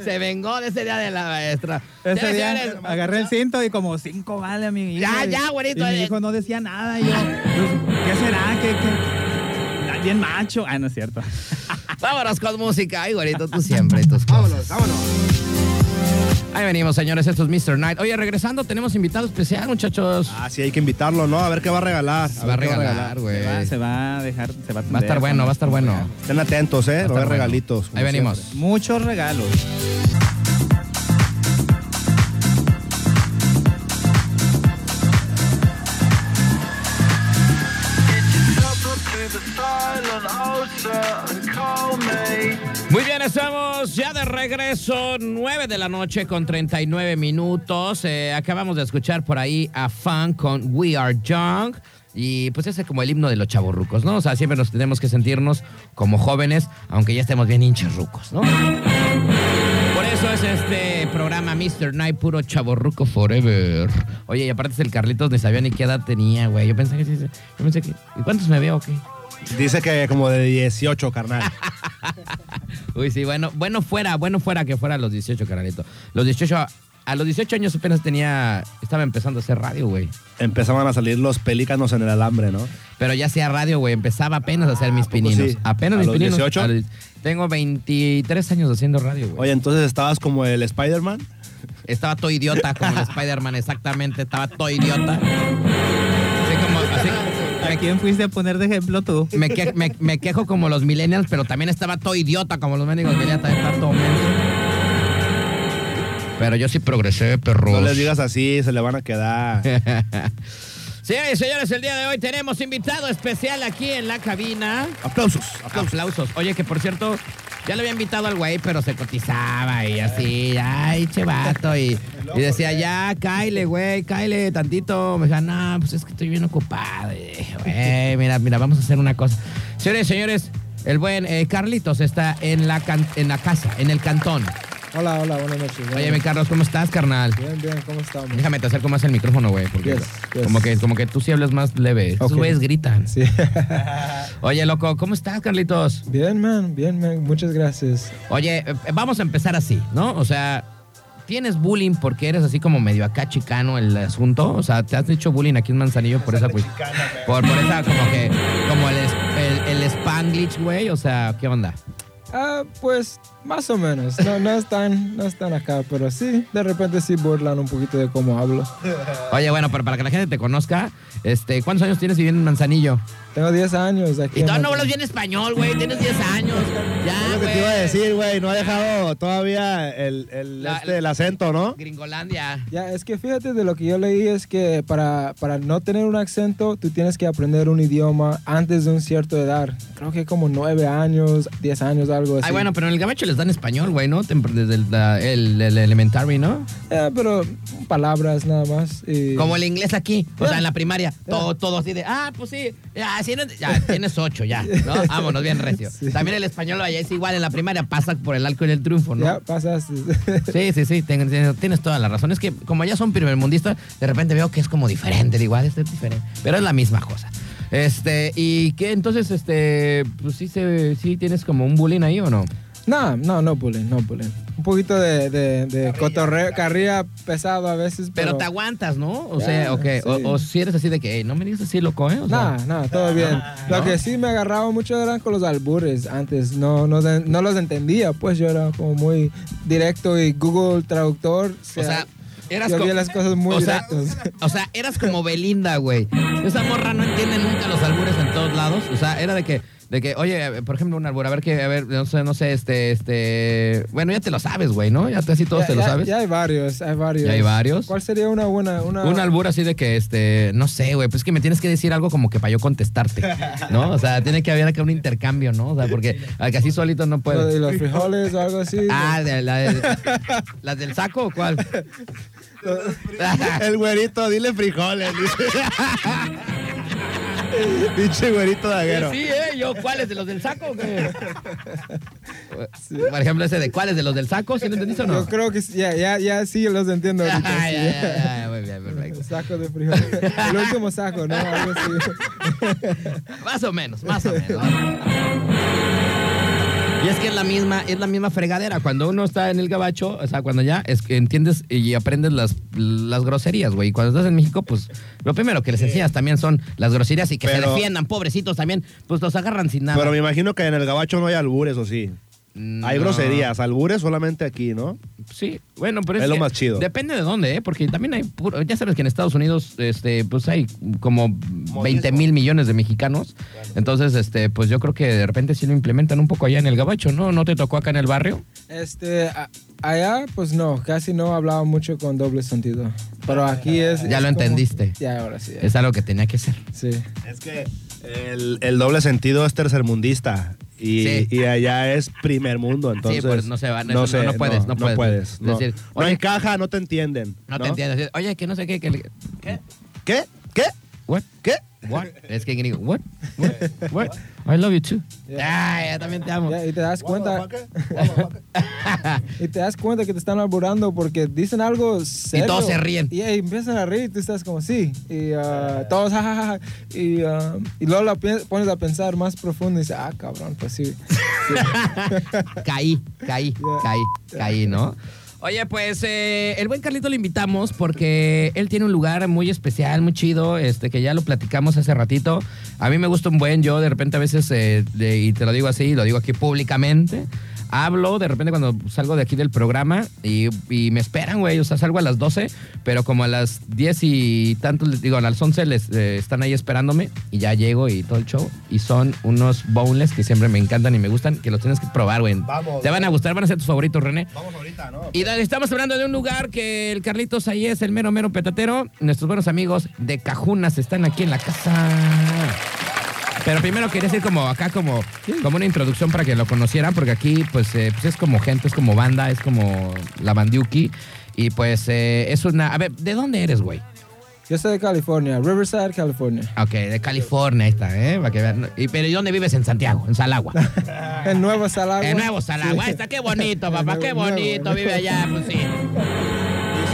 Se vengó de ese día de la maestra. Ese Señores, día señores, agarré el cinto y como cinco vale a mi hijo. Ya, Y- ya, güerito, Y mi eh. hijo no decía nada. y yo, pues, ¿qué será? ¿Qué, qué? Bien macho. Ah, no es cierto. Vámonos con música. Ay, güerito, tú siempre y tus cosas. vámonos. Ahí venimos, señores, esto es Mr. Night. Oye, regresando, tenemos invitado especial, muchachos. Ah, sí, hay que invitarlo, ¿no? A ver qué va a regalar. Se va a ver qué regalar, güey. Se va, se va a dejar, se va Pues, Va a a estar atender, bueno, va a estar bueno. Va a Estén atentos, ¿eh? estar Va a haber bueno. regalitos. como Ahí venimos. siempre. Muchos regalos. Muy bien, estamos ya de regreso, 9 de la noche con 39 minutos. Eh, acabamos de escuchar por ahí a Fan con We Are Young. Y pues ese es como el himno de los chavorrucos, ¿no? O sea, siempre nos tenemos que sentirnos como jóvenes, aunque ya estemos bien hinchas rucos, ¿no? Por eso es este programa Mr. Night, puro chaborruco forever. Oye, y aparte es el Carlitos ni sabía ni qué edad tenía, güey. Yo pensé que sí, yo pensé que... ¿Y cuántos me veo o qué? Dice que como de 18, carnal. Uy, sí, bueno, bueno fuera, bueno fuera que fuera a los 18, carnalito. Los 18, a- a los 18 años apenas tenía, estaba empezando a hacer radio, güey. Empezaban a salir los pelícanos en el alambre, ¿no? Pero ya hacía radio, güey, empezaba apenas a hacer mis Ah, ¿a poco pininos. sí? Apenas ¿A mis los pininos. 18? Al- tengo 23 años haciendo radio, güey. Oye, entonces estabas como el Spider-Man. Estaba todo idiota como el Spider-Man, exactamente, estaba todo idiota. Así como, así, ¿A quién fuiste a poner de ejemplo tú? me, que- me- me quejo como los millennials, pero también estaba todo idiota como los mendigos millennials, también estaba todo menso. Pero yo sí progresé, perro. No les digas así, se le van a quedar. Señoras y señores, el día de hoy tenemos invitado especial aquí en la cabina. Aplausos, aplausos. Aplausos. Oye, que por cierto, ya le había invitado al güey, pero se cotizaba y así, ay, che vato. Y, y decía, ya, cáile, güey, cáile tantito. Me decía, no, pues es que estoy bien ocupado. Y dije, güey, mira, mira, vamos a hacer una cosa. Señores y señores, el buen eh, Carlitos está en la, can- en la casa, en el cantón. Hola, hola, buenas noches. Oye, mi Carlos, ¿cómo estás, carnal? Bien, bien, ¿cómo estamos? Déjame te acerco más el micrófono, güey, porque Yes, yes. Como, que, como que tú sí hablas más leve. Estos Ok. güeyes gritan. Sí. Oye, loco, ¿cómo estás, Carlitos? bien, man, bien, man. Muchas gracias. Oye, eh, vamos a empezar así, ¿no? O sea, ¿tienes bullying porque eres así como medio acá chicano el asunto? O sea, ¿te has hecho bullying aquí en Manzanillo por esa... pues, por, por esa como que... Como el, es- el, el spanglish, güey. O sea, ¿qué onda? Ah, pues Más o menos. No, no están, no están acá, pero sí, de repente sí burlan un poquito de cómo hablo. Oye, bueno, pero para que la gente te conozca, este, ¿cuántos años tienes viviendo en Manzanillo? Tengo 10 años aquí. Y en tú no la- hablas bien español, güey. Tienes 10 años. Es Ya, lo que te iba a Ah, güey. decir, güey. No ha dejado todavía el, el, La- este, el acento, ¿no? Gringolandia. Ya, es que fíjate de lo que yo leí es que para, para no tener un acento, tú tienes que aprender un idioma antes de un cierto edad. Creo que como 9 años, 10 años, algo así. Ay, bueno, pero en el gabacho les dan español, güey, ¿no? Tem- Desde el, la- el- el elementary, ¿no? Eh, pero palabras nada más. y- Como el inglés aquí, o sea, en la Ah. primaria, todo, Ya. todo así de, ah, pues sí, ya, así no- ya, tienes ocho, ya, ¿no? Vámonos, bien recio. Sí. También el español allá es igual, en la primaria pasa por el arco y el triunfo, ¿no? Ya, pasas. Sí, sí, sí, ten- ten- tienes toda la razón. Es que como ya son primermundistas, de repente veo que es como diferente, digo, ah, este es diferente, pero es la misma cosa. Este, y que entonces, este, pues sí, se, sí tienes como un bullying ahí o no? no, no, no bullying, no bullying. Un poquito de, de, de cotorreo, carrilla pesado a veces, Pero pero... te aguantas, ¿no? O Ya, sea, ok, o, sí. o si eres así de que, "Ey, no me digas así, loco, ¿eh? O sea, Nada, nada, todo bien. Lo ¿no? que sí me agarraba mucho eran con los albures antes. No, no, de- no los entendía, pues yo era como muy directo y Google Traductor. O sea, eras yo co- vi las cosas muy o sea, directas. O sea, eras como Belinda, güey. Esa morra no entiende nunca los albures en todos lados. O sea, era de que, de que, oye, a ver, por ejemplo, un albur, a ver que, a ver, no sé, no sé, este, este. Bueno, ya te lo sabes, güey, ¿no? Ya te- así todos Ya- te lo ya- sabes. Ya hay varios, hay varios. ¿Ya hay varios? ¿Cuál sería una buena? Una, Un albur así de que, este, no sé, güey, pues es que me tienes que decir algo como que para yo contestarte, ¿no? O sea, tiene que haber acá un intercambio, ¿no? O sea, porque al que así solito no lo puede. de los frijoles o algo así. pues. Ah, de- la de- ¿las del saco o cuál? El güerito, dile frijoles, dice. Pinche güerito daguero. Sí, ¿eh? Yo, ¿cuáles de los del saco? o qué? Por ejemplo, ese de cuáles de los del saco, ¿sí lo entendiste o no? Yo creo que sí, ya, ya, ya sí los entiendo Ah, ahorita. ya, sí. ya, ya, muy bien, perfecto. Saco de frijoles. El último saco, ¿no? Algo así. Más o menos, más o menos. Y es que es la misma, es la misma fregadera. Cuando uno está en el gabacho, o sea, cuando ya es que entiendes y aprendes las, las groserías, güey. Y Cuando estás en México, pues lo primero que les enseñas también son las groserías y que se Pero- defiendan, pobrecitos también, pues los agarran sin nada. Pero me imagino que en el gabacho no hay albures, o sí. Hay No. groserías, albures solamente aquí, ¿no? Sí, bueno, pero es, Es lo que más chido. Depende de dónde, ¿eh? Porque también hay puro- ya sabes que en Estados Unidos, este, pues hay como 20 mil millones de mexicanos. Entonces, este, pues yo creo que de repente sí lo implementan un poco allá en el gabacho, ¿no? ¿No te tocó acá en el barrio? Este, a- allá, pues no, casi no hablaba mucho con doble sentido. Pero aquí es. Ah, Ya es lo entendiste. Ya, ahora sí. ya. Es algo que tenía que ser. Sí. Es que el, el doble sentido es tercermundista. Y, Sí. y allá es primer mundo, entonces. pues, no se van, eso no- sé, no puedes, no puedes. Es no. decir, No oye- encaja, no te entienden. No, te entiendes. Oye, que no sé qué. Que, ¿Qué? ¿Qué? ¿Qué? What? ¿Qué? What? Es que en gringo, what? What? What? I love you too. Ay, yo también te amo. Ya, y te das cuenta. y te das cuenta que te están alborando porque dicen algo serio. todos se ríen. Y, y empiezan a reír y tú estás como, sí. Y ah, todos, ja, ja, ja, ja. Y, ah, y luego la pi- pones a pensar más profundo y dices, ah, cabrón, pues sí. caí, caí, Ya. caí, caí, ¿no? Oye, pues eh, el buen Carlito lo invitamos porque él tiene un lugar muy especial, muy chido, este que ya lo platicamos hace ratito. A mí me gusta un buen, yo de repente a veces, eh, de- y te lo digo así, lo digo aquí públicamente, hablo de repente cuando salgo de aquí del programa y, y me esperan, güey, o sea, salgo a las 12, pero como a las 10 y tanto, les digo, a las 11 les, eh, están ahí esperándome y ya llego y todo el show. Y son unos boneless que siempre me encantan y me gustan, que los tienes que probar, güey. Vamos. Te van a gustar, van a ser tus favoritos, René. Vamos ahorita, ¿no? Y dale, estamos hablando de un lugar que el Carlitos ahí es el mero, mero petatero. Nuestros buenos amigos de Cajunas están aquí en la casa. Pero primero quería decir como acá como, como una introducción para que lo conocieran, porque aquí pues, eh, pues es como gente, es como banda, es como la bandiuki. Y pues eh, es una... A ver, ¿de dónde eres, güey? Yo soy de California, Riverside, California. Ok, de California ahí está, ¿eh? Para que vean. Y, pero ¿y dónde vives? En Santiago, en Salagua. En Nueva Salagua. En Nuevo Salagua. Ah, Sí. Está qué bonito, papá, Nuevo- qué nuevo, bonito. nuevo. Vive allá, pues sí. Y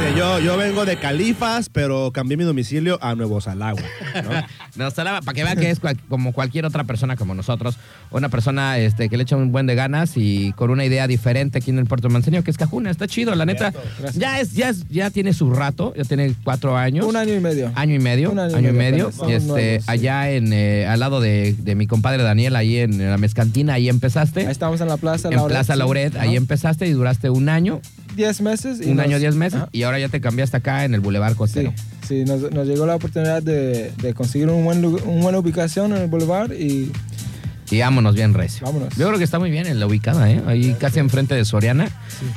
Dice, yo, yo vengo de Califas, pero cambié mi domicilio a Nuevo Salagua. ¿no? Nos alaba, para que vea que es cual- como cualquier otra persona como nosotros, una persona este, que le echa un buen de ganas y con una idea diferente aquí en el Puerto Manceño, que es Cajuna, está chido, la neta. Ya es, ya es, ya tiene su rato, ya tiene cuatro años. Un año y medio. Año y medio, Un año, y medio. apenas. Vamos Este, nuevos, sí. Allá en, eh, al lado de, de mi compadre Daniel, ahí en la mezcantina, ahí empezaste. Ahí estamos en la Plaza en Plaza Lauret, ahí empezaste y duraste un año, 10 meses. y un nos- año, diez meses, Ajá. y ahora ya te cambiaste acá en el Boulevard Costero. Sí, sí nos, nos llegó la oportunidad de, de conseguir un buen, lu- un buena ubicación en el boulevard y Y vámonos bien recio. Vámonos. Yo creo que está muy bien en la ubicada, ¿eh? Ahí casi enfrente de Soriana.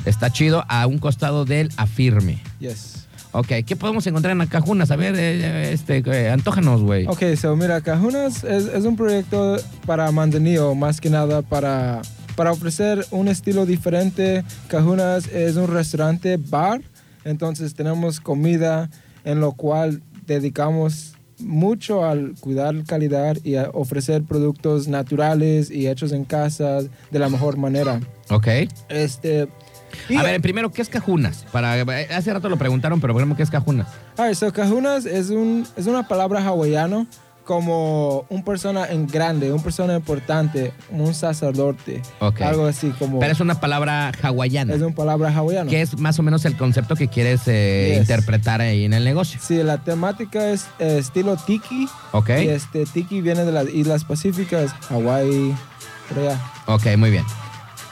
Está chido a un costado del Afirme. yes. Ok, ¿qué podemos encontrar en Acajunas? A ver, eh, este, eh, antójanos, güey. Ok, so mira, Cajunas es, es un proyecto para Manzanillo, más que nada para, para ofrecer un estilo diferente. Cajunas es un restaurante bar, entonces tenemos comida en lo cual dedicamos mucho al cuidar calidad y a ofrecer productos naturales y hechos en casa de la mejor manera. Ok. Este, y- A ver, primero, ¿qué es Cajunas? Para, eh, hace rato lo preguntaron, pero primero, ¿qué es Cajunas? Alright, so cajunas es, un, es una palabra hawaiano como un persona en grande, un persona importante, un sacerdote, Ok. algo así como Pero es una palabra hawaiana, es una palabra hawaiana. que es más o menos el concepto que quieres eh, Yes. interpretar ahí en el negocio. Sí, la temática es eh, estilo tiki. Ok. Y este tiki viene de las islas pacíficas, Hawái, por allá. Ok, muy bien.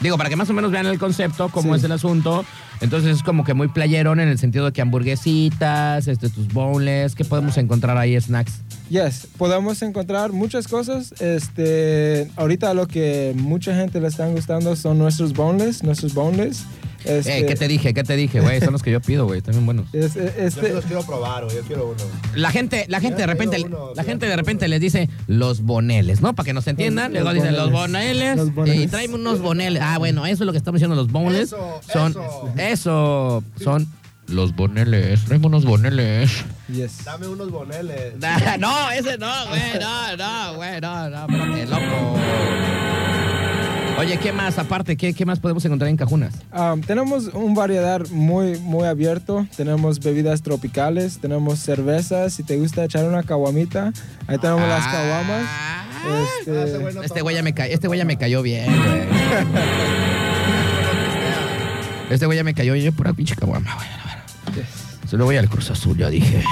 Digo, para que más o menos vean el concepto, cómo Sí. es el asunto. Entonces es como que muy playerón en el sentido de que hamburguesitas, este, tus boneless, ¿qué podemos encontrar ahí? Snacks. Yes, podemos encontrar muchas cosas. Este, ahorita lo que mucha gente le están gustando son nuestros boneless, nuestros boneless. Este, Eh, ¿Qué te dije? ¿Qué te dije, güey? Son los que yo pido, güey. Están bien buenos. es- es- Yo sí este, los quiero probar, güey. Yo quiero uno. La gente, la gente de Ya repente, pido uno, la ya gente de pido repente les dice los boneles, ¿no? Para que nos entiendan, Los- luego los dicen los boneles, boneles. Los boneles. y tráeme unos boneles. Ah, bueno, eso es lo que estamos diciendo los boneles. Eso, son eso. eso son los boneles. Tráeme unos boneles. yes. Dame unos boneles. Nah, No, ese no, güey, no, no, güey, no, no, pero qué loco. Oye, ¿qué más? Aparte, ¿qué, qué más podemos encontrar en Cajunas? Um, tenemos un variedad muy, muy abierto. Tenemos bebidas tropicales, tenemos cervezas. Si te gusta echar una caguamita, ahí tenemos las caguamas. Ah, Ah, ese güey Este, no Este toma. güey ya me cayó, este güey ya me cayó bien, güey. Este güey ya me cayó, yo pura pinche caguama, güey. a ver. Se lo voy al Cruz Azul, ya dije.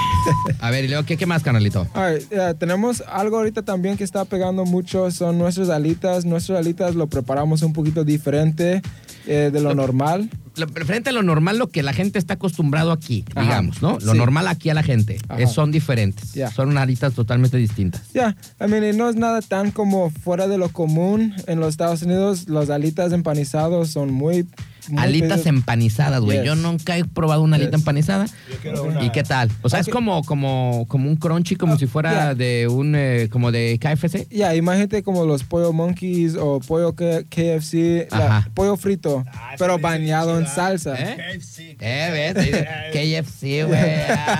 A ver, y luego, ¿qué, qué más, canalito? All right, eh, tenemos algo ahorita también que está pegando mucho, son nuestras alitas. Nuestras alitas lo preparamos un poquito diferente eh, de lo normal. Lo- Frente a lo normal, lo que la gente está acostumbrado aquí, Ajá. digamos, ¿no? Lo Sí. normal aquí a la gente Ajá. es- son diferentes. Ya. Son unas alitas totalmente distintas. Ya, I mean, y no es nada tan como fuera de lo común en los Estados Unidos. Las alitas empanizados son muy... muy Alitas pedidas. empanizadas, güey. Yes. Yo nunca he probado una alita Yes. empanizada. Yo quiero una. ¿Y qué tal? O sea, es Ok. como, como, como un crunchy, como si fuera yeah. de un eh, como de KFC. Ya, imagínate como los pollo monkeys o pollo K- KFC, la- Ajá. pollo frito, Ah, pero sí, sí, bañado sí, en sí, salsa. ¿Eh? KFC. Eh, ves, ahí dice, KFC, güey.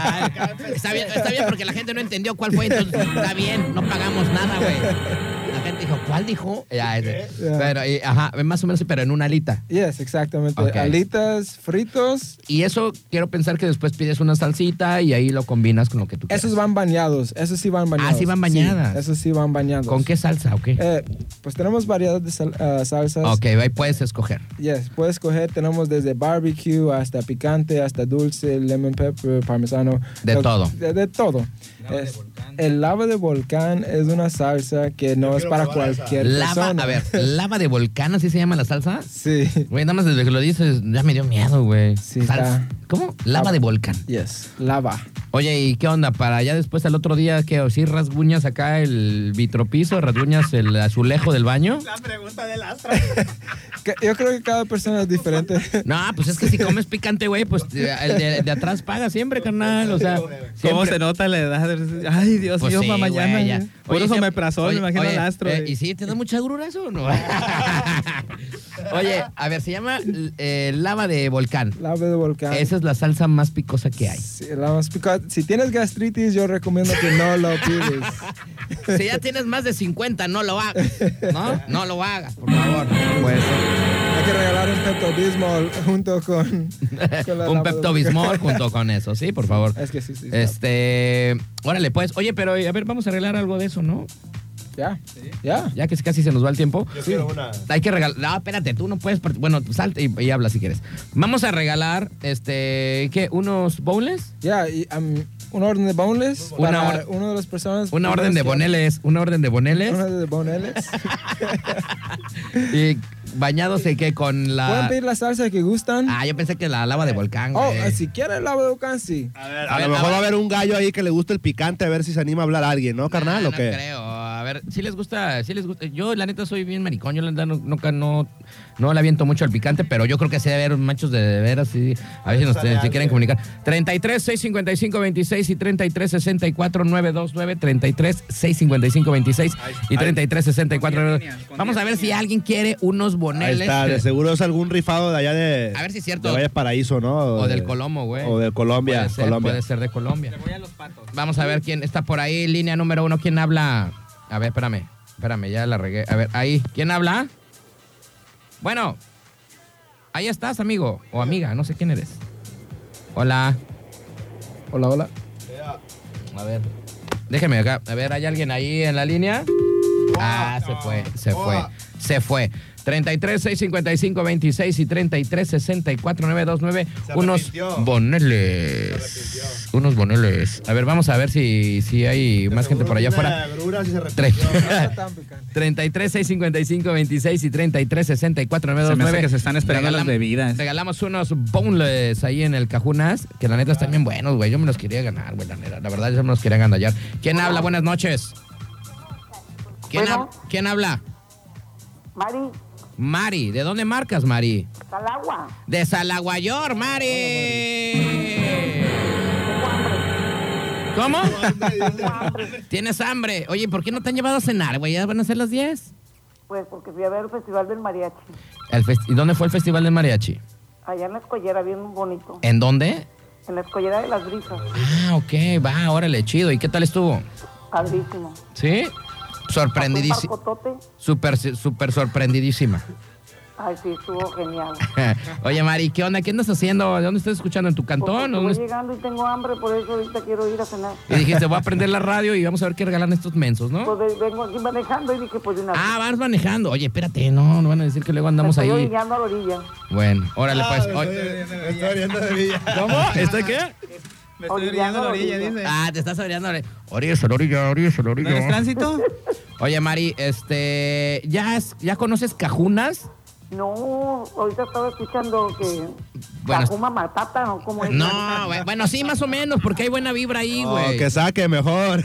Ay, Está bien, está bien porque la gente no entendió cuál fue, entonces está bien, no pagamos nada, güey. La gente dijo, ¿cuál dijo? Ya, ese. Yeah. Pero, y, ajá, más o menos, pero en una alita. Yes, exactamente. Ok. Alitas, fritos, Y eso quiero pensar que después pides una salsita y ahí lo combinas con lo que tú quieras. esos van bañados, esos sí van bañados. Ah, sí van bañadas. Sí, esos sí van bañados. ¿Con qué salsa o qué? Eh, pues tenemos variedad de sal- ah, salsas. Ok, ahí puedes escoger. Yes, puedes coger, tenemos desde barbecue hasta picante, hasta dulce, lemon pepper, parmesano. De El- todo. De, de todo. Es- el lava de volcán es una salsa que no Yo es quiero para probar esa. cualquier Lava, persona. a ver, lava de volcán, así se llama la salsa. Sí. Güey, nada más desde que lo dices, ya me dio miedo, güey. Sí, Salsa. está. Ah. ¿Cómo? Lava de volcán. Yes, lava. Oye, ¿y qué onda? Para ya después al otro día, ¿qué? ¿O sí rasguñas acá el vitropiso? ¿Rasguñas el azulejo del baño? La pregunta del astro. Que- Yo creo que cada persona es diferente. No, pues es que si comes picante, güey, pues te- el de, de atrás paga siempre, carnal. O sea, ¿Cómo siempre. se nota la edad? Ay, Dios Pues mío, sí, para güey, mañana. ya. Por Oye, eso siempre- me prazó, oye, me imagino oye, el astro. eh, güey. ¿Y sí te da mucha grura eso o no? oye, a ver, se llama eh, lava de volcán. Lava de volcán. Esa es la salsa más picosa que hay. Sí, la más picante. Si tienes gastritis, yo recomiendo que no lo pides. Si ya tienes más de 50, no lo hagas. ¿No? No lo hagas, por favor. eh. Pues, Hay que regalar un peptobismol junto con, con la un lapa de Pepto Bismol junto con eso, sí, por favor. Es que sí, sí. está- Este, órale, pues, oye, pero a ver, vamos a arreglar algo de eso, ¿no? Ya, ya. Ya que casi se nos va el tiempo. Yo quiero una. Hay que regalar. No, espérate, tú no puedes. part- Bueno, salte y, y habla si quieres. Vamos a regalar, este, ¿qué? ¿Unos bowls? Ya, y, um, una orden de boneless Una para or- una de las personas. Una orden de boneles. Una orden de boneles. Una de boneles. Y bañados y que con Pueden la. pedir la salsa que gustan. Ah, yo pensé que la lava de volcán. oh, güey. si quieren la boca, sí. A ver, A a ver, lo mejor a va a ver. haber un gallo ahí que le gusta el picante, a ver si se anima a hablar a alguien, ¿no, carnal? Nah, ¿O no qué? creo. A ver, si les gusta, si les gusta. Yo, la neta, soy bien maricón. Yo, la neta, no- nunca no, no le aviento mucho al picante, pero yo creo que sí debe haber machos de, de veras. sí. a ver si nos Sale si algo. quieren comunicar. 33 655 26 y 33 64 929. 33 655 26 y 33 64 929. Vamos a ver si alguien quiere unos Ahí boneles. está, de seguro es algún rifado de allá de. este. A ver si es cierto. De Valle Paraíso, ¿no? O de- del Colomo, güey. O de Colombia. Puede ser, Colombia. puede ser de Colombia. Le voy a los patos. Vamos a ver quién está por ahí, línea número uno. ¿Quién habla? A ver, espérame, espérame, ya la regué. A ver, ahí, ¿quién habla? Bueno, ahí estás, amigo o amiga, no sé quién eres. Hola. Hola, hola. A ver, déjeme acá. A ver, ¿hay alguien ahí en la línea? Ah, se fue, se fue, se fue. 33 655 26 y 33 64 929 Se unos arrepintió. boneles. Unos boneles. A ver, vamos a ver si, si hay más gente por allá afuera. Tres. Está tan picante. 33 655 26 y 33 64 Se me hace 929. que se están esperando las Regalam- bebidas. Regalamos unos boneless ahí en el Cajunas, que la neta están bien buenos, güey. Yo me los quería ganar, güey, la neta. La verdad, yo me los quería ganar. ¿Quién habla? Buenas noches. ¿Quién, Bueno. hab- ¿Quién habla? Mari, Mari. ¿De dónde marcas, Mari? Calagua. De Salaguayor, Mari. Tengo hambre. ¿Cómo? Tengo hambre. Tienes hambre. Oye, ¿por qué no te han llevado a cenar, güey? Ya van a ser las 10. Pues porque fui a ver el Festival del Mariachi. El fest- ¿Y dónde fue el festival de mariachi? Allá en la escollera, bien bonito. ¿En dónde? En la escollera de las brisas. Ah, ok, va, órale, chido. ¿Y qué tal estuvo? Padrísimo. ¿Sí? Sorprendidísima. Parcotote. Súper, súper sorprendidísima. Ay, sí, estuvo genial. Oye, Mari, ¿qué onda? ¿Qué andas haciendo? ¿De dónde estás escuchando? ¿En tu Porque cantón? ¿O voy dónde est- llegando y tengo hambre, por eso ahorita quiero ir a cenar. Y dijiste, voy a prender la radio y vamos a ver qué regalan estos mensos, Pues ¿no? de- vengo aquí manejando y dije, pues de una Ah, vas manejando. Oye, espérate, no, no van a decir que luego andamos Me estoy ahí. orillando a la orilla. Bueno, órale, pues. Oye, ¿Cómo? ¿Está qué? Me estoy orillando a la orilla, dice. Ah, te estás orillando. Oríese la orilla, oríese la ¿No eres orilla. tránsito? Oye, Mari, este, ¿ya, has- ¿ya conoces Cajunas? No, ahorita estaba escuchando que Bueno, la fuma matata o como es. No, güey. bueno, sí, más o menos, porque hay buena vibra ahí, güey. que saque mejor.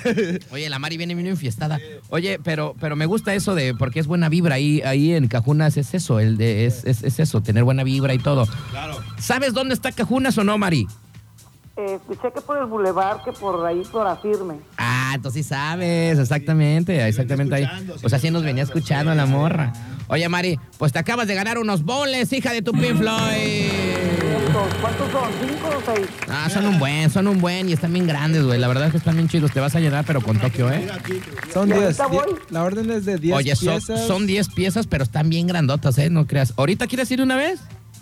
Oye, la Mari viene bien enfiestada. Oye, pero, pero me gusta eso de, porque es buena vibra ahí, ahí en Cajunas, es eso, el de, es, es, es eso, tener buena vibra y todo. claro. ¿Sabes dónde está Cajunas o no, Mari? Eh, escuché que por el bulevar, que por ahí, por la firme. Ah, entonces sí sabes, exactamente, exactamente ahí. escuchando, O sea, sí sigue nos venía escuchando escuchando, la sí, morra. Oye, Mari, pues te acabas de ganar unos boles, hija de tu Pink Floyd. ¿Cuántos cuántos son? ¿Cinco o seis? Ah, son un buen, son un buen y están bien grandes, güey. La verdad es que están bien chidos. Te vas a llenar, pero con Tokio, ¿eh? Son ¿Y 10. ahorita voy? La orden es de 10 Oye, son, piezas. son 10 piezas, pero están bien grandotas, ¿eh? No creas. ¿Ahorita quieres ir una vez?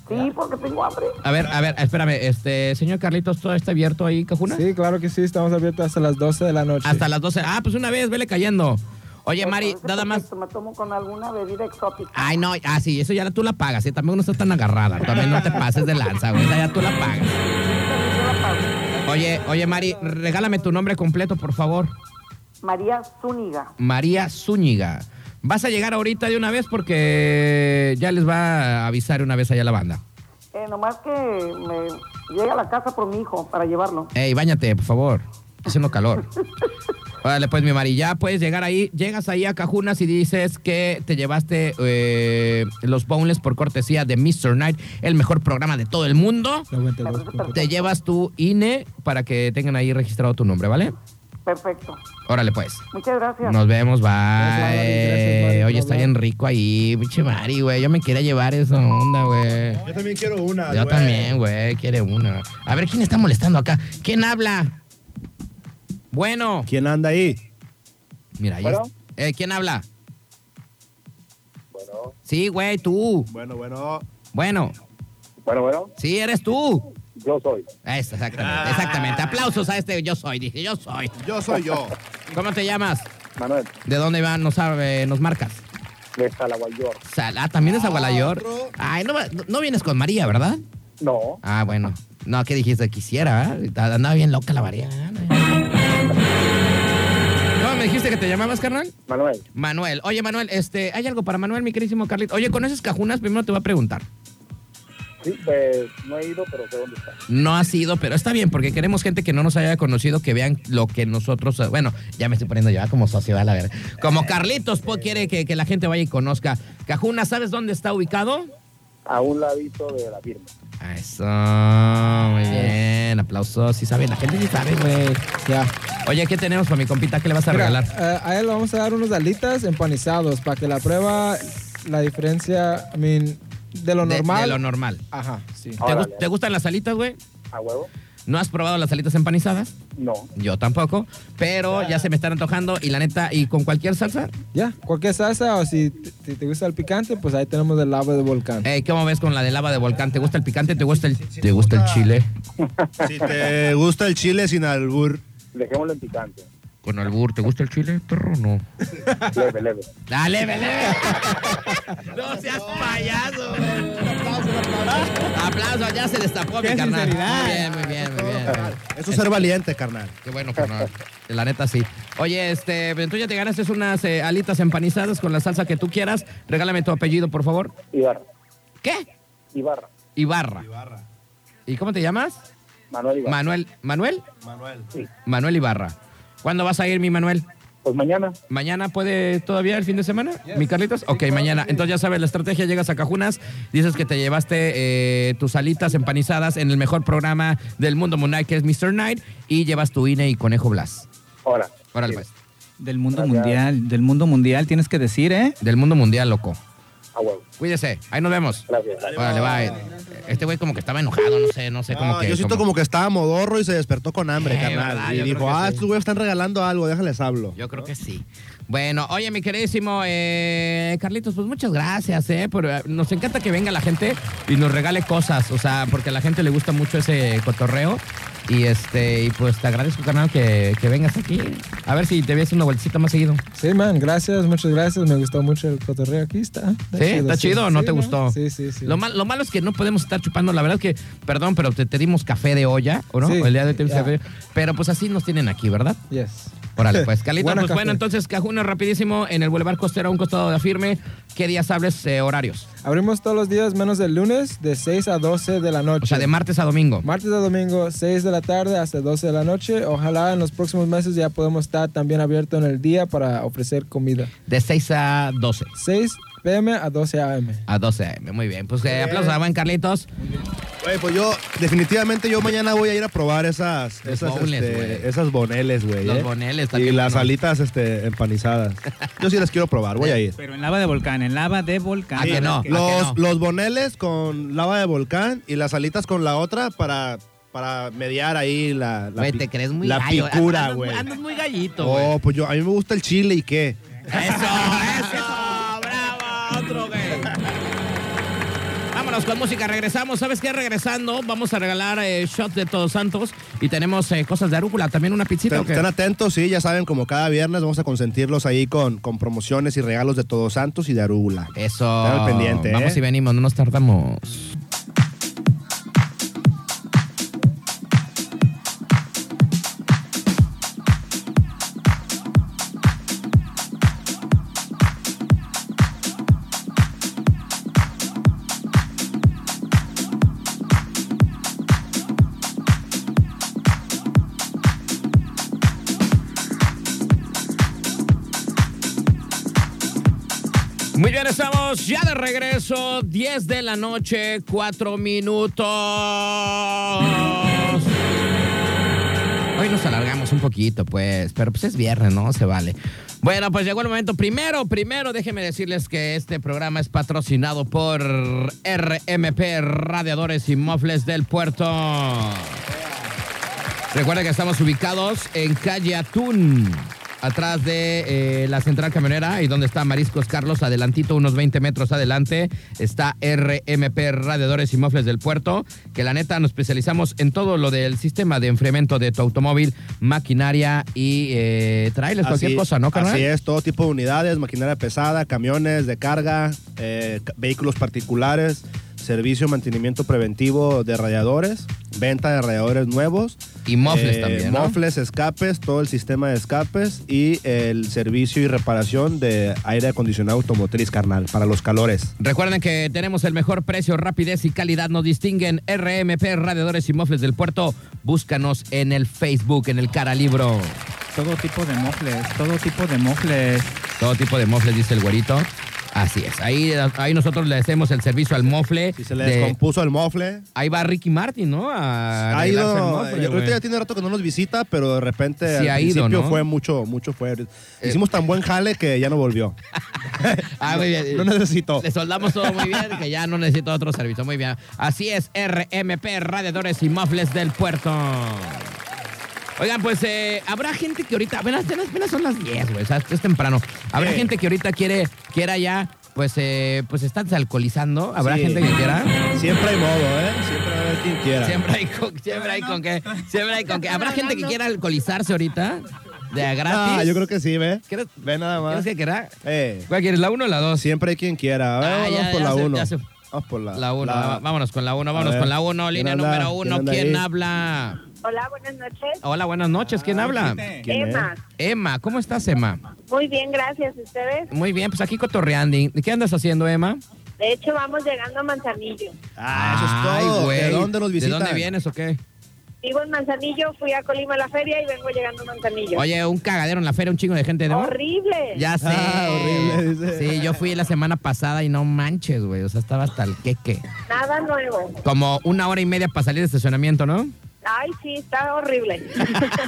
Sí, porque tengo hambre. A ver, a ver, espérame. Este, señor Carlitos, ¿todo está abierto ahí, Cajuna? Sí, claro que sí. Estamos abiertos hasta las 12 de la noche. Hasta las 12. Ah, pues una vez, vele cayendo. Pues, Oye, Mari, Entonces, nada más. perfecto, Me tomo con alguna bebida exótica. Ay, no, ah, sí, eso ya tú la pagas, ¿eh? También no estás tan agarrada. También no te pases de lanza, güey. Esa ya tú la pagas. Oye, oye, Mari, regálame tu nombre completo, por favor. María Zúñiga. María Zúñiga. Vas a llegar ahorita de una vez porque ya les va a avisar una vez allá la banda. Eh, nomás que me llega a la casa por mi hijo para llevarlo. Ey, bañate, por favor. Haciendo calor. Órale, pues, mi Mari, ya puedes llegar ahí. Llegas ahí a Cajunas y dices que te llevaste eh, los boneless por cortesía de Mr. Night, el mejor programa de todo el mundo. 92. Te llevas tu INE para que tengan ahí registrado tu nombre, ¿vale? Perfecto. Órale, pues. Muchas gracias. Nos vemos, bye. Mari, gracias, Mari, por Oye, está hablar. bien rico ahí, pinche Mari, güey. Yo me quería llevar esa onda, güey. Yo también quiero una. Yo güey. también, güey, quiere una. A ver, ¿quién está molestando acá? ¿Quién habla? Bueno. ¿Quién anda ahí? Mira, ahí Bueno. está. Eh, ¿Quién habla? Bueno, Bueno, Sí, güey, tú. Bueno, bueno. Bueno, bueno, bueno, sí, eres tú. yo soy. Eso, exactamente, exactamente. Aplausos a este yo soy, dije, yo soy. Yo soy yo. ¿Cómo te llamas? Manuel, ¿De dónde van? No sabe, nos marcas. de Salaguayor. Sal- ah, también es Agualayor. otro. Ay, no, va- no vienes con María, ¿verdad? No, Ah, bueno. No, ¿qué dijiste? Quisiera, ¿eh? Andaba bien loca la María. No, me dijiste que te llamabas, carnal. Manuel, Manuel. Oye, Manuel, este, hay algo para Manuel, mi querísimo Carlito. Oye, con esas cajunas primero te voy a preguntar. sí, pues no he ido, pero sé dónde está. No ha sido, pero está bien, porque queremos gente que no nos haya conocido, que vean lo que nosotros. eh, Bueno, ya me estoy poniendo ya como socio, a la verdad. Como Carlitos po, quiere que, que la gente vaya y conozca. Cajuna, ¿sabes dónde está ubicado? A un ladito de la firma. Ah. Ah, Eso, muy bien. Aplausos. Sí saben, la gente sí sabe, güey. Ya. Oye, ¿qué tenemos para mi compita? ¿Qué le vas a Mira, regalar? eh, a él le vamos a dar unos alitas empanizados para que la prueba, la diferencia, I mean, de lo De- normal. de lo normal. Ajá, sí. ¿Te, gu- Órale. te gustan las alitas, güey? ¿A huevo? ¿No has probado las alitas empanizadas? No. Yo tampoco, pero ya se me están antojando y la neta, y con cualquier salsa, Ya, cualquier salsa o si te, si te gusta el picante, pues ahí tenemos el lava de volcán. Ey, ¿cómo ves con la de lava de volcán? ¿Te gusta el picante? ¿Te gusta el, ¿te gusta el chile? Si te gusta el chile sin albur. Dejémoslo en picante. Con albur, ¿te gusta el chile, perro? o No. Leve, leve. Dale, vele. no seas payaso. Un aplauso, un aplauso. Aplauso, ya se destapó mi Qué carnal. Muy sinceridad. bien, muy bien, muy bien. Eso Este- es ser valiente, carnal. Qué bueno, carnal. La neta sí. Oye, este, entonces ya te ganaste unas eh, alitas empanizadas con la salsa que tú quieras. Regálame tu apellido, por favor. Ibarra. ¿Qué? Ibarra. Ibarra. ¿Y cómo te llamas? Manuel Ibarra. Manuel. ¿Manuel? Manuel. Sí. Manuel Ibarra. ¿Cuándo vas a ir, mi Manuel? Pues mañana. ¿Mañana puede todavía el fin de semana? ¿Mi Carlitos? Ok, mañana. Entonces ya sabes, la estrategia, llegas a Cajunas, dices que te llevaste eh, tus alitas empanizadas en el mejor programa del mundo mundial, que es Mr. Night, y llevas tu INE y Conejo Blas. Ahora. Órale, pues. Del mundo Gracias. mundial, del mundo mundial tienes que decir, ¿eh? Del mundo mundial, loco. A huevo. Cuídese, ahí nos vemos. Gracias. Órale, bye. Este güey como que estaba enojado, no sé, no sé, como No, que... Ah, yo siento como... que estaba modorro y se despertó con hambre, Eh, carnal. ¿verdad? Y Yo dijo, creo que ah, sí. estos güeyes están regalando algo, déjales hablo. Yo creo que sí. Bueno, oye, mi queridísimo eh, Carlitos, pues muchas gracias, ¿eh? Por, eh, nos encanta que venga la gente y nos regale cosas, o sea, porque a la gente le gusta mucho ese cotorreo. Y este, y pues te agradezco, canal, que, que vengas aquí. A ver si te ves una vueltecita más seguido. Sí, man, gracias, muchas gracias. Me gustó mucho el cotorreo aquí. Está, está ¿Sí? ¿Está chido o no Sí, te man. gustó? Sí, sí, sí. Lo, mal- lo malo es que no podemos estar chupando. La verdad es que, perdón, pero te, te dimos café de olla, ¿o no? Sí, O el día de hoy te dimos ya. café. Pero pues así nos tienen aquí, ¿verdad? Yes. Órale, pues, Carlitos, Buena pues café. bueno, entonces, Cajuna, rapidísimo, en el Boulevard Costero, a un costado de Afirme, ¿qué días hables eh, horarios? Abrimos todos los días menos el lunes de 6 a 12 de la noche. O sea, de martes a domingo. Martes a domingo, 6 de la tarde hasta 12 de la noche. Ojalá en los próximos meses ya podemos estar también abierto en el día para ofrecer comida. De 6 a 12. 6 pm a 12 am. A 12 AM. Muy bien. Pues eh, aplausos a buen Carlitos. Güey, pues yo, definitivamente yo mañana voy a ir a probar esas, Los esas, bowls, este, güey. esas boneles, güey. Los eh. boneles Y también, las ¿no? alitas este, empanizadas. Yo sí las quiero probar, voy a ir. Pero en lava de volcán, en lava de volcán. ¿A que no? ¿A Los, no? los boneles con lava de volcán y las alitas con la otra para, para mediar ahí la, la, Güey, pi- te crees muy la gallo. picura, Andas- güey. Andas muy gallito, güey. Oh, pues yo, a mí me gusta el chile y qué. Eso, Ah, Ah, eso. Bravo, otro güey. Vámonos con música, regresamos. ¿Sabes qué? Regresando, vamos a regalar eh, shots de Todos Santos y tenemos eh, cosas de arúcula, también una pizzita. Estén, ¿o qué? estén atentos, sí, ya saben, como cada viernes vamos a consentirlos ahí con, con promociones y regalos de Todos Santos y de Arúgula. Eso. Estén al pendiente, Vamos ¿eh? y venimos, no nos tardamos. Muy bien, estamos ya de regreso. 10 de la noche, 4 minutos. Hoy nos alargamos un poquito, pues, pero pues es viernes, ¿no? Se vale. Bueno, pues llegó el momento. Primero, primero, déjenme decirles que este programa es patrocinado por RMP Radiadores y Mofles del Puerto. Recuerda que estamos ubicados en calle Atún. atrás de eh, la central camionera y donde está Mariscos Carlos, adelantito, unos 20 metros adelante, está RMP Radiadores y Mofles del Puerto, que la neta nos especializamos en todo lo del sistema de enfriamiento de tu automóvil, maquinaria y eh, trailers, cualquier Así- cosa, ¿no, carnal? Así es, todo tipo de unidades, maquinaria pesada, camiones de carga, eh, ca- vehículos particulares, servicio, mantenimiento preventivo de radiadores, venta de radiadores nuevos. Y mofles eh, también, ¿no? Mofles, escapes, todo el sistema de escapes y el servicio y reparación de aire acondicionado automotriz, carnal, para los calores. Recuerden que tenemos el mejor precio, rapidez y calidad nos distinguen. RMP, Radiadores y Mofles del Puerto. Búscanos en el Facebook, en el Cara Libro. Todo tipo de mofles, todo tipo de mofles. Todo tipo de mofles, dice el güerito. Así es. Ahí, ahí nosotros le hacemos el servicio al mofle. Si se le de- descompuso el mofle. Ahí va Ricky Martin, ¿no? A Ha arreglarse el ido, mofle, yo creo güey. que ya tiene rato que no nos visita, pero de repente Sí, al ha ido, principio ¿no? Eh, fue mucho, mucho fue. Hicimos tan buen jale que ya no volvió. Ah, muy bien. No necesito. Le soldamos todo muy bien, que ya no necesito otro servicio. Muy bien. Así es, RMP, Radiadores y Mofles del Puerto. Oigan, pues eh, habrá gente que ahorita, apenas, apenas- apenas son las 10, güey, o sea, es temprano. Habrá Sí. gente que ahorita quiere, quiera ya, pues, eh, pues están alcoholizando. Habrá Sí. gente que quiera. Siempre hay modo, ¿eh? Siempre va a haber quien quiera. Siempre hay con, siempre hay con que, siempre hay con que. Habrá gente que quiera alcoholizarse ahorita, de a gratis. Ah, yo creo que sí, ¿ve? ¿Crees- Ve nada más. ¿Crees que querá? Eh, ¿Cuál quieres, la 1 o la 2? siempre hay quien quiera. A ver, Ah, vamos ya, por ya la se- ya 1. se- Vamos por la La 1, la- vámonos con la 1, A vámonos ver, con la 1, ¿quién línea anda? número ¿Quién 1, anda ¿quién, ahí? habla? Hola, buenas noches. Hola, buenas noches, ¿quién habla? Chiste. ¿Quién es? Emma. Emma, ¿cómo estás, Emma? Muy bien, gracias. ¿Ustedes? Muy bien, pues aquí cotorreando. ¿Y ¿Qué andas haciendo, Emma? De hecho, vamos llegando a Manzanillo. Ah, eso es todo. Ay, güey. ¿De dónde nos visitan? ¿De dónde vienes o qué? Vivo en Manzanillo, fui a Colima a la feria y vengo llegando a Manzanillo. Oye, un cagadero en la feria, un chingo de gente, ¿no? ¡Horrible! Ya sé. Ah, horrible, dice. Sí, yo fui la semana pasada y no manches, güey. O sea, estaba hasta el queque. Nada nuevo. Como una hora y media para salir de estacionamiento, ¿no? Ay, sí, está horrible.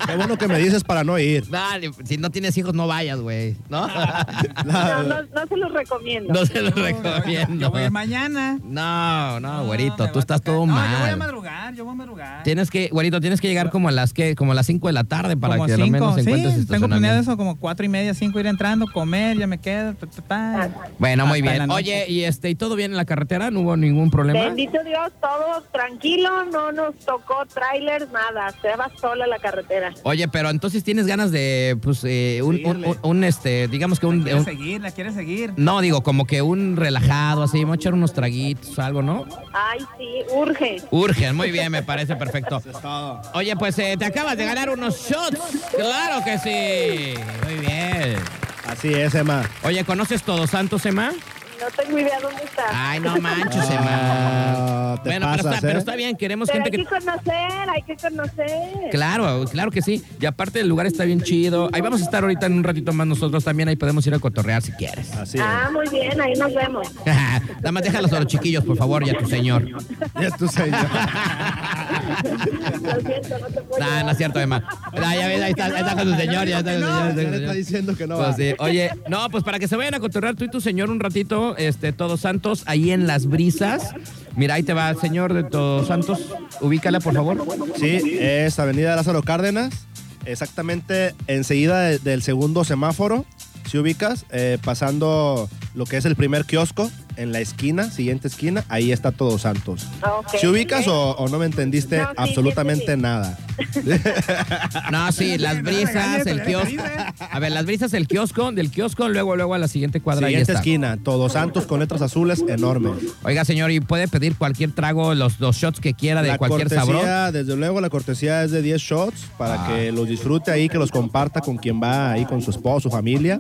Qué bueno que me dices para no ir. Dale, si no tienes hijos, no vayas, güey. ¿No? No, no, no se los recomiendo. no se lo Ah, Yo recomiendo. voy a ir mañana. No, no, me güerito, va tú a estás tocar. todo no, Yo voy a mal. madrugar, yo voy a madrugar. Tienes que, güerito, tienes que llegar como a las que, como a las 5 de la tarde para como que al menos cinco, encuentres sí, tengo estacionamiento. planeado eso, como cuatro y media, cinco, ir entrando, comer, ya me quedo. ta, ta, ta. Bueno, muy Hasta la bien. noche. Oye, y este, ¿y todo bien en la carretera? ¿No hubo ningún problema? Bendito Dios, todo tranquilo, no nos tocó tráiler, nada. Se va sola la carretera. Oye, pero entonces tienes ganas de, pues, eh, un, un- Seguirle. un- un, este, digamos que La un, quiere un- seguir, la quiere seguir. no, digo, como que un relajado, así, vamos a echar unos traguitos o algo, ¿no? Ay, sí, urge. Urgen, muy bien, me parece perfecto. Eso es todo. Oye, pues, eh, te acabas de ganar unos shots. ¡Claro que sí! Muy bien. Así es, Emma. Oye, ¿conoces Todos Santos, Emma? No tengo idea dónde está. Ay, no manches, Emma. Ah, te bueno, pero, pasas, está, pero ¿eh? está bien, queremos Pero gente hay que... que conocer, hay que conocer. Claro, claro que sí. Y aparte el lugar está bien chido. Ahí vamos a estar ahorita en un ratito más nosotros también. Ahí podemos ir a cotorrear si quieres. Así Ah, es. muy bien, ahí nos vemos. Nada más déjalos a los chiquillos, por favor, y a tu señor. Ya tú, señor. Lo siento, no te puedo No, no es cierto, Emma. Ah, ya ves, ahí está, ahí está con su señor, ya está con su señor. Ya está con su le está señor. diciendo que no va. Pues sí. Oye, no, pues para que se vayan a cotorrear tú y tu señor un ratito, este, Todos Santos, ahí en Las Brisas. Mira, ahí te va, señor de Todos Santos. Ubícala, por favor. Sí, es Avenida Lázaro Cárdenas, exactamente enseguida de- del segundo semáforo, si ubicas, eh, pasando lo que es el primer kiosco, en la esquina, siguiente esquina, ahí está Todos Santos. Ah, Ok. ¿Si ubicas o, o no me entendiste No, sí, absolutamente sí, sí. nada? No, sí, las brisas, el kiosco. A ver, las brisas, el kiosco, del kiosco, luego, luego a la siguiente cuadra. ahí Siguiente está. esquina, Todos Santos con letras azules enormes. Oiga, señor, y puede pedir cualquier trago, los dos shots que quiera de la cualquier sabor. Ah. cortesía, desde luego, la cortesía es de 10 shots para que los disfrute ahí, que los comparta con quien va ahí, con su esposo, su familia.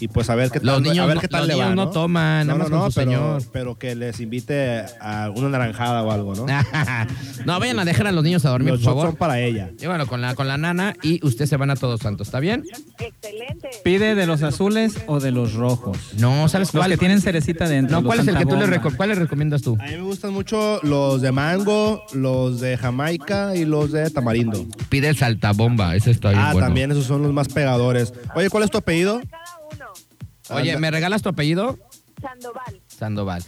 Y pues a ver qué tal, Los niños a ver no- qué tal los le va, niños no toman, nada más con su pero, señor. pero que les invite a una naranjada o algo, ¿no? no, vayan a dejar a los niños a dormir, los Ah, por shots favor. son para ella. Y bueno, con la, con la nana y usted se van a Todos Santos, ¿está bien? Excelente. ¿Pide de los azules o de los rojos? No, ¿sabes Los cuál? que tienen cerecita dentro. no, los ¿cuál es el que tú le, Santa reco- Bomba. cuál le recomiendas tú? A mí me gustan mucho los de mango, los de Jamaica y los de tamarindo. Pide el saltabomba, ese está bien Ah, bueno. también esos son los más pegadores. Oye, ¿cuál es tu apellido? Cada uno. Oye, ¿me regalas tu apellido? Sandoval. Sandoval.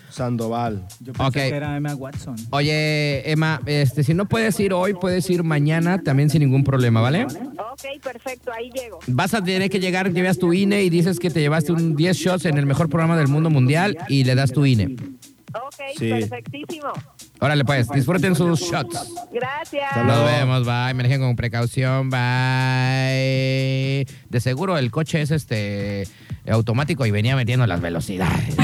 Sandoval. Yo pensé Ok. que era Emma Watson. Oye, Emma, este, si no puedes ir hoy, puedes ir mañana también sin ningún problema, ¿vale? Ok, ok, perfecto, ahí llego. Vas a tener que llegar, llevas tu INE y dices que te llevaste un 10 shots en el mejor programa del mundo mundial y le das tu INE. Ok, Sí. perfectísimo. Órale pues, disfruten sus shots. Gracias. Nos vemos, bye. Manejen con precaución, bye. De seguro el coche es este automático y venía metiendo las velocidades.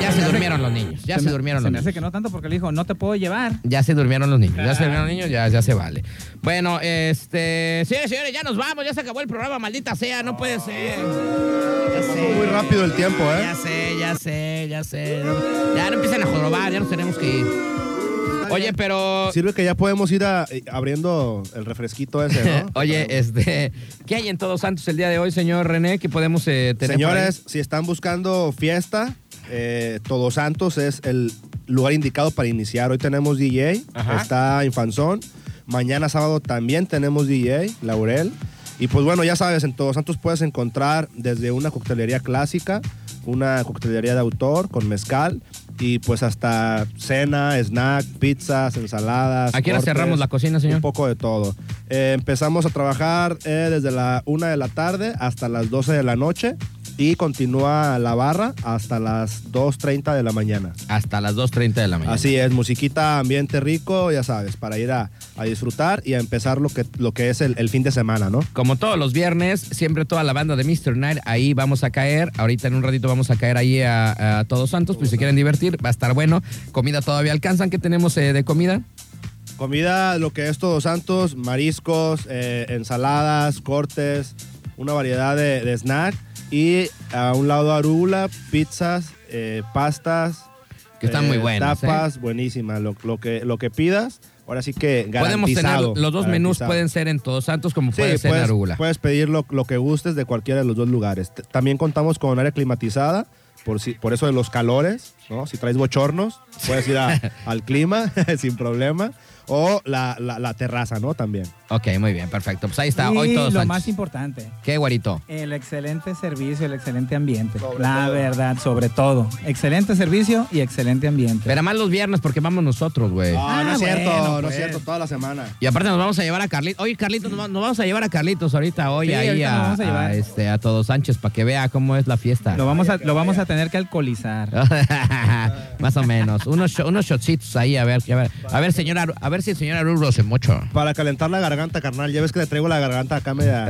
Ya se durmieron los niños, ya se me- durmieron los me hace niños. que no tanto porque le dijo, no te puedo llevar. Ya se durmieron los niños, ya se durmieron los niños, ya, ya se vale. Bueno, este. Señores, señores, ya nos vamos, ya se acabó el programa, maldita sea, no puede ser. Ya sé. Muy rápido el tiempo, Ya ¿eh? sé, ya sé, ya sé. No- Ya no empiecen a jorobar, ya nos tenemos que ir. Oye, pero. Sirve que ya podemos ir a- eh, abriendo el refresquito ese, ¿no? Oye, este. ¿Qué hay en Todos Santos el día de hoy, señor René? ¿Qué podemos eh, tener? por Señores, si están buscando fiesta, eh, Todos Santos es el lugar indicado para iniciar. Hoy tenemos DJ, Ajá. está Infanzón. Mañana sábado también tenemos DJ, Laurel. Y pues bueno, ya sabes, en Todos Santos puedes encontrar desde una coctelería clásica, una coctelería de autor con mezcal y pues hasta cena, snack, pizzas, ensaladas. ¿A qué hora cortes, cerramos la cocina, señor? Un poco de todo. Eh, empezamos a trabajar eh, desde la 1 de la tarde hasta las 12 de la noche y continúa la barra hasta las 2.30 de la mañana. ahí? Hasta las 2.30 de la mañana. Así es, musiquita, ambiente rico, ya sabes, para ir a, a disfrutar y a empezar lo que, lo que es el, el fin de semana, ¿no? Como todos los viernes, siempre toda la banda de Mr. Night, ahí vamos a caer. Ahorita en un ratito vamos a caer ahí a, a Todos Santos, pues si quieren divertir, va a estar bueno. Comida todavía alcanzan. ¿Qué tenemos eh, de comida? Comida, lo que es Todos Santos, mariscos, eh, ensaladas, cortes, una variedad de, de snack y a un lado arúgula, pizzas, eh, pastas. Que están muy buenas, ¿eh? buenas. Tapas, buenísimas. Lo, lo que, lo que pidas, ahora sí que Podemos tener, garantizado. los dos menús garantizado. pueden ser en Todos Santos como Sí, puede ser en puedes, Arugula. puedes pedir lo, lo que gustes de cualquiera de los dos lugares. T- También contamos con área climatizada, por, si, por eso de los calores, ¿no? Si traes bochornos, puedes ir a- al clima sin problema. O la, la- la terraza, ¿no? También. Ok, muy bien, perfecto. Pues ahí está, y hoy Todos lo Santos. más importante, ¿Qué, guarito? el excelente servicio, el excelente ambiente. Sobre la todo. verdad, sobre todo. Excelente servicio y excelente ambiente. Pero más los viernes porque vamos nosotros, güey. Ah, no es cierto, bueno, no pues. es cierto, toda la semana. Y aparte nos vamos a llevar a Carlitos. Oye, Carlitos, nos va- nos vamos a llevar a Carlitos ahorita, hoy Sí, ahí ahorita a, nos vamos a llevar. a, este, a Todos Sánchez para que vea cómo es la fiesta. lo vamos, a, lo vamos a tener que alcoholizar. Más o menos. Unos, sho- unos shotcitos ahí, a ver, a ver, a ver, señora, Aru- a ver si el señor Aruro se mocho. Para calentar la garganta, carnal. Ya ves que te traigo la garganta acá media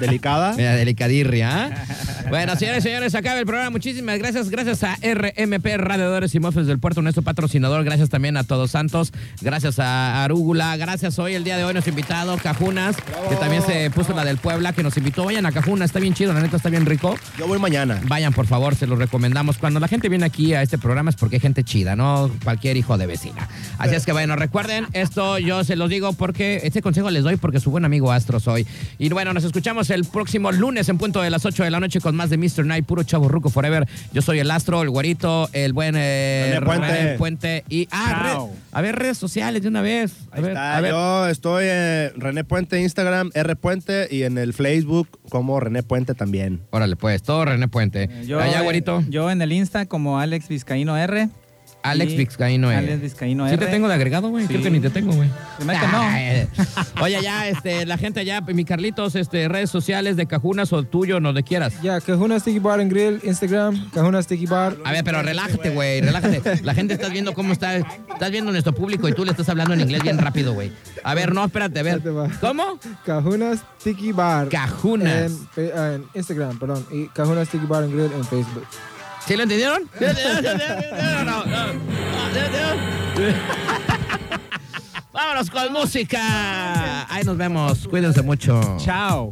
delicada. Mira, delicadirria, ¿ah? Bueno, señores y señores, se acaba el programa. Muchísimas gracias. Gracias a RMP, Radiadores y Mofes del Puerto, nuestro patrocinador. Gracias también a Todos Santos. Gracias a Arúgula. Gracias hoy, el día de hoy, nos invitado Cajunas, que también se puso la del Puebla, que nos invitó. Vayan a Cajunas, está bien chido, la neta está bien rico. Yo voy mañana. Vayan, por favor, se los recomendamos. Cuando la gente viene aquí a este programa es porque hay gente chida, no cualquier hijo de vecina. Así es que bueno, recuerden, esto yo se los digo porque este consejo les doy porque su buen amigo Astro soy. Y bueno, nos escuchamos el próximo lunes en punto de las 8 de la noche con más de Mr. Night, puro chavo ruco forever. Yo soy el Astro, el Guarito, el buen eh, René Puente. René Puente y ah, Chao. red- a ver redes sociales de una vez. A Ahí ver, está, a ver. yo estoy en René Puente Instagram, R Puente y en el Facebook como René Puente también. Órale, pues, todo René Puente. Allá, eh, Guarito. yo en el Insta como Alex Vizcaíno R. Alex Y Vizcaíno R. Alex Vizcaíno Sí R. te tengo de agregado, güey. Creo Sí. que ni te tengo, güey. Se me hace que no. Ay, Oye, ya, este, la gente allá, mi Carlitos, este, redes sociales de Cajunas o tuyo, no donde quieras. Ya, Cajuna Sticky Bar and Grill, Instagram, Cajuna Sticky Bar. A ver, pero relájate, güey, relájate. La gente estás viendo cómo está, estás viendo nuestro público y tú le estás hablando en inglés bien rápido, güey. A ver, no, espérate, a ver. Ahí te va. ¿Cómo? Cajuna Sticky Bar. Cajunas. En, fe- ah, en Instagram, perdón. Y Cajuna Sticky Bar and Grill en Facebook. ¿Sí lo entendieron? ¿Sí lo entendieron? ¿Sí lo entendieron? No, no, no. ¿Sí lo entendieron? Vámonos con música. Ahí nos vemos. Cuídense mucho. Chao.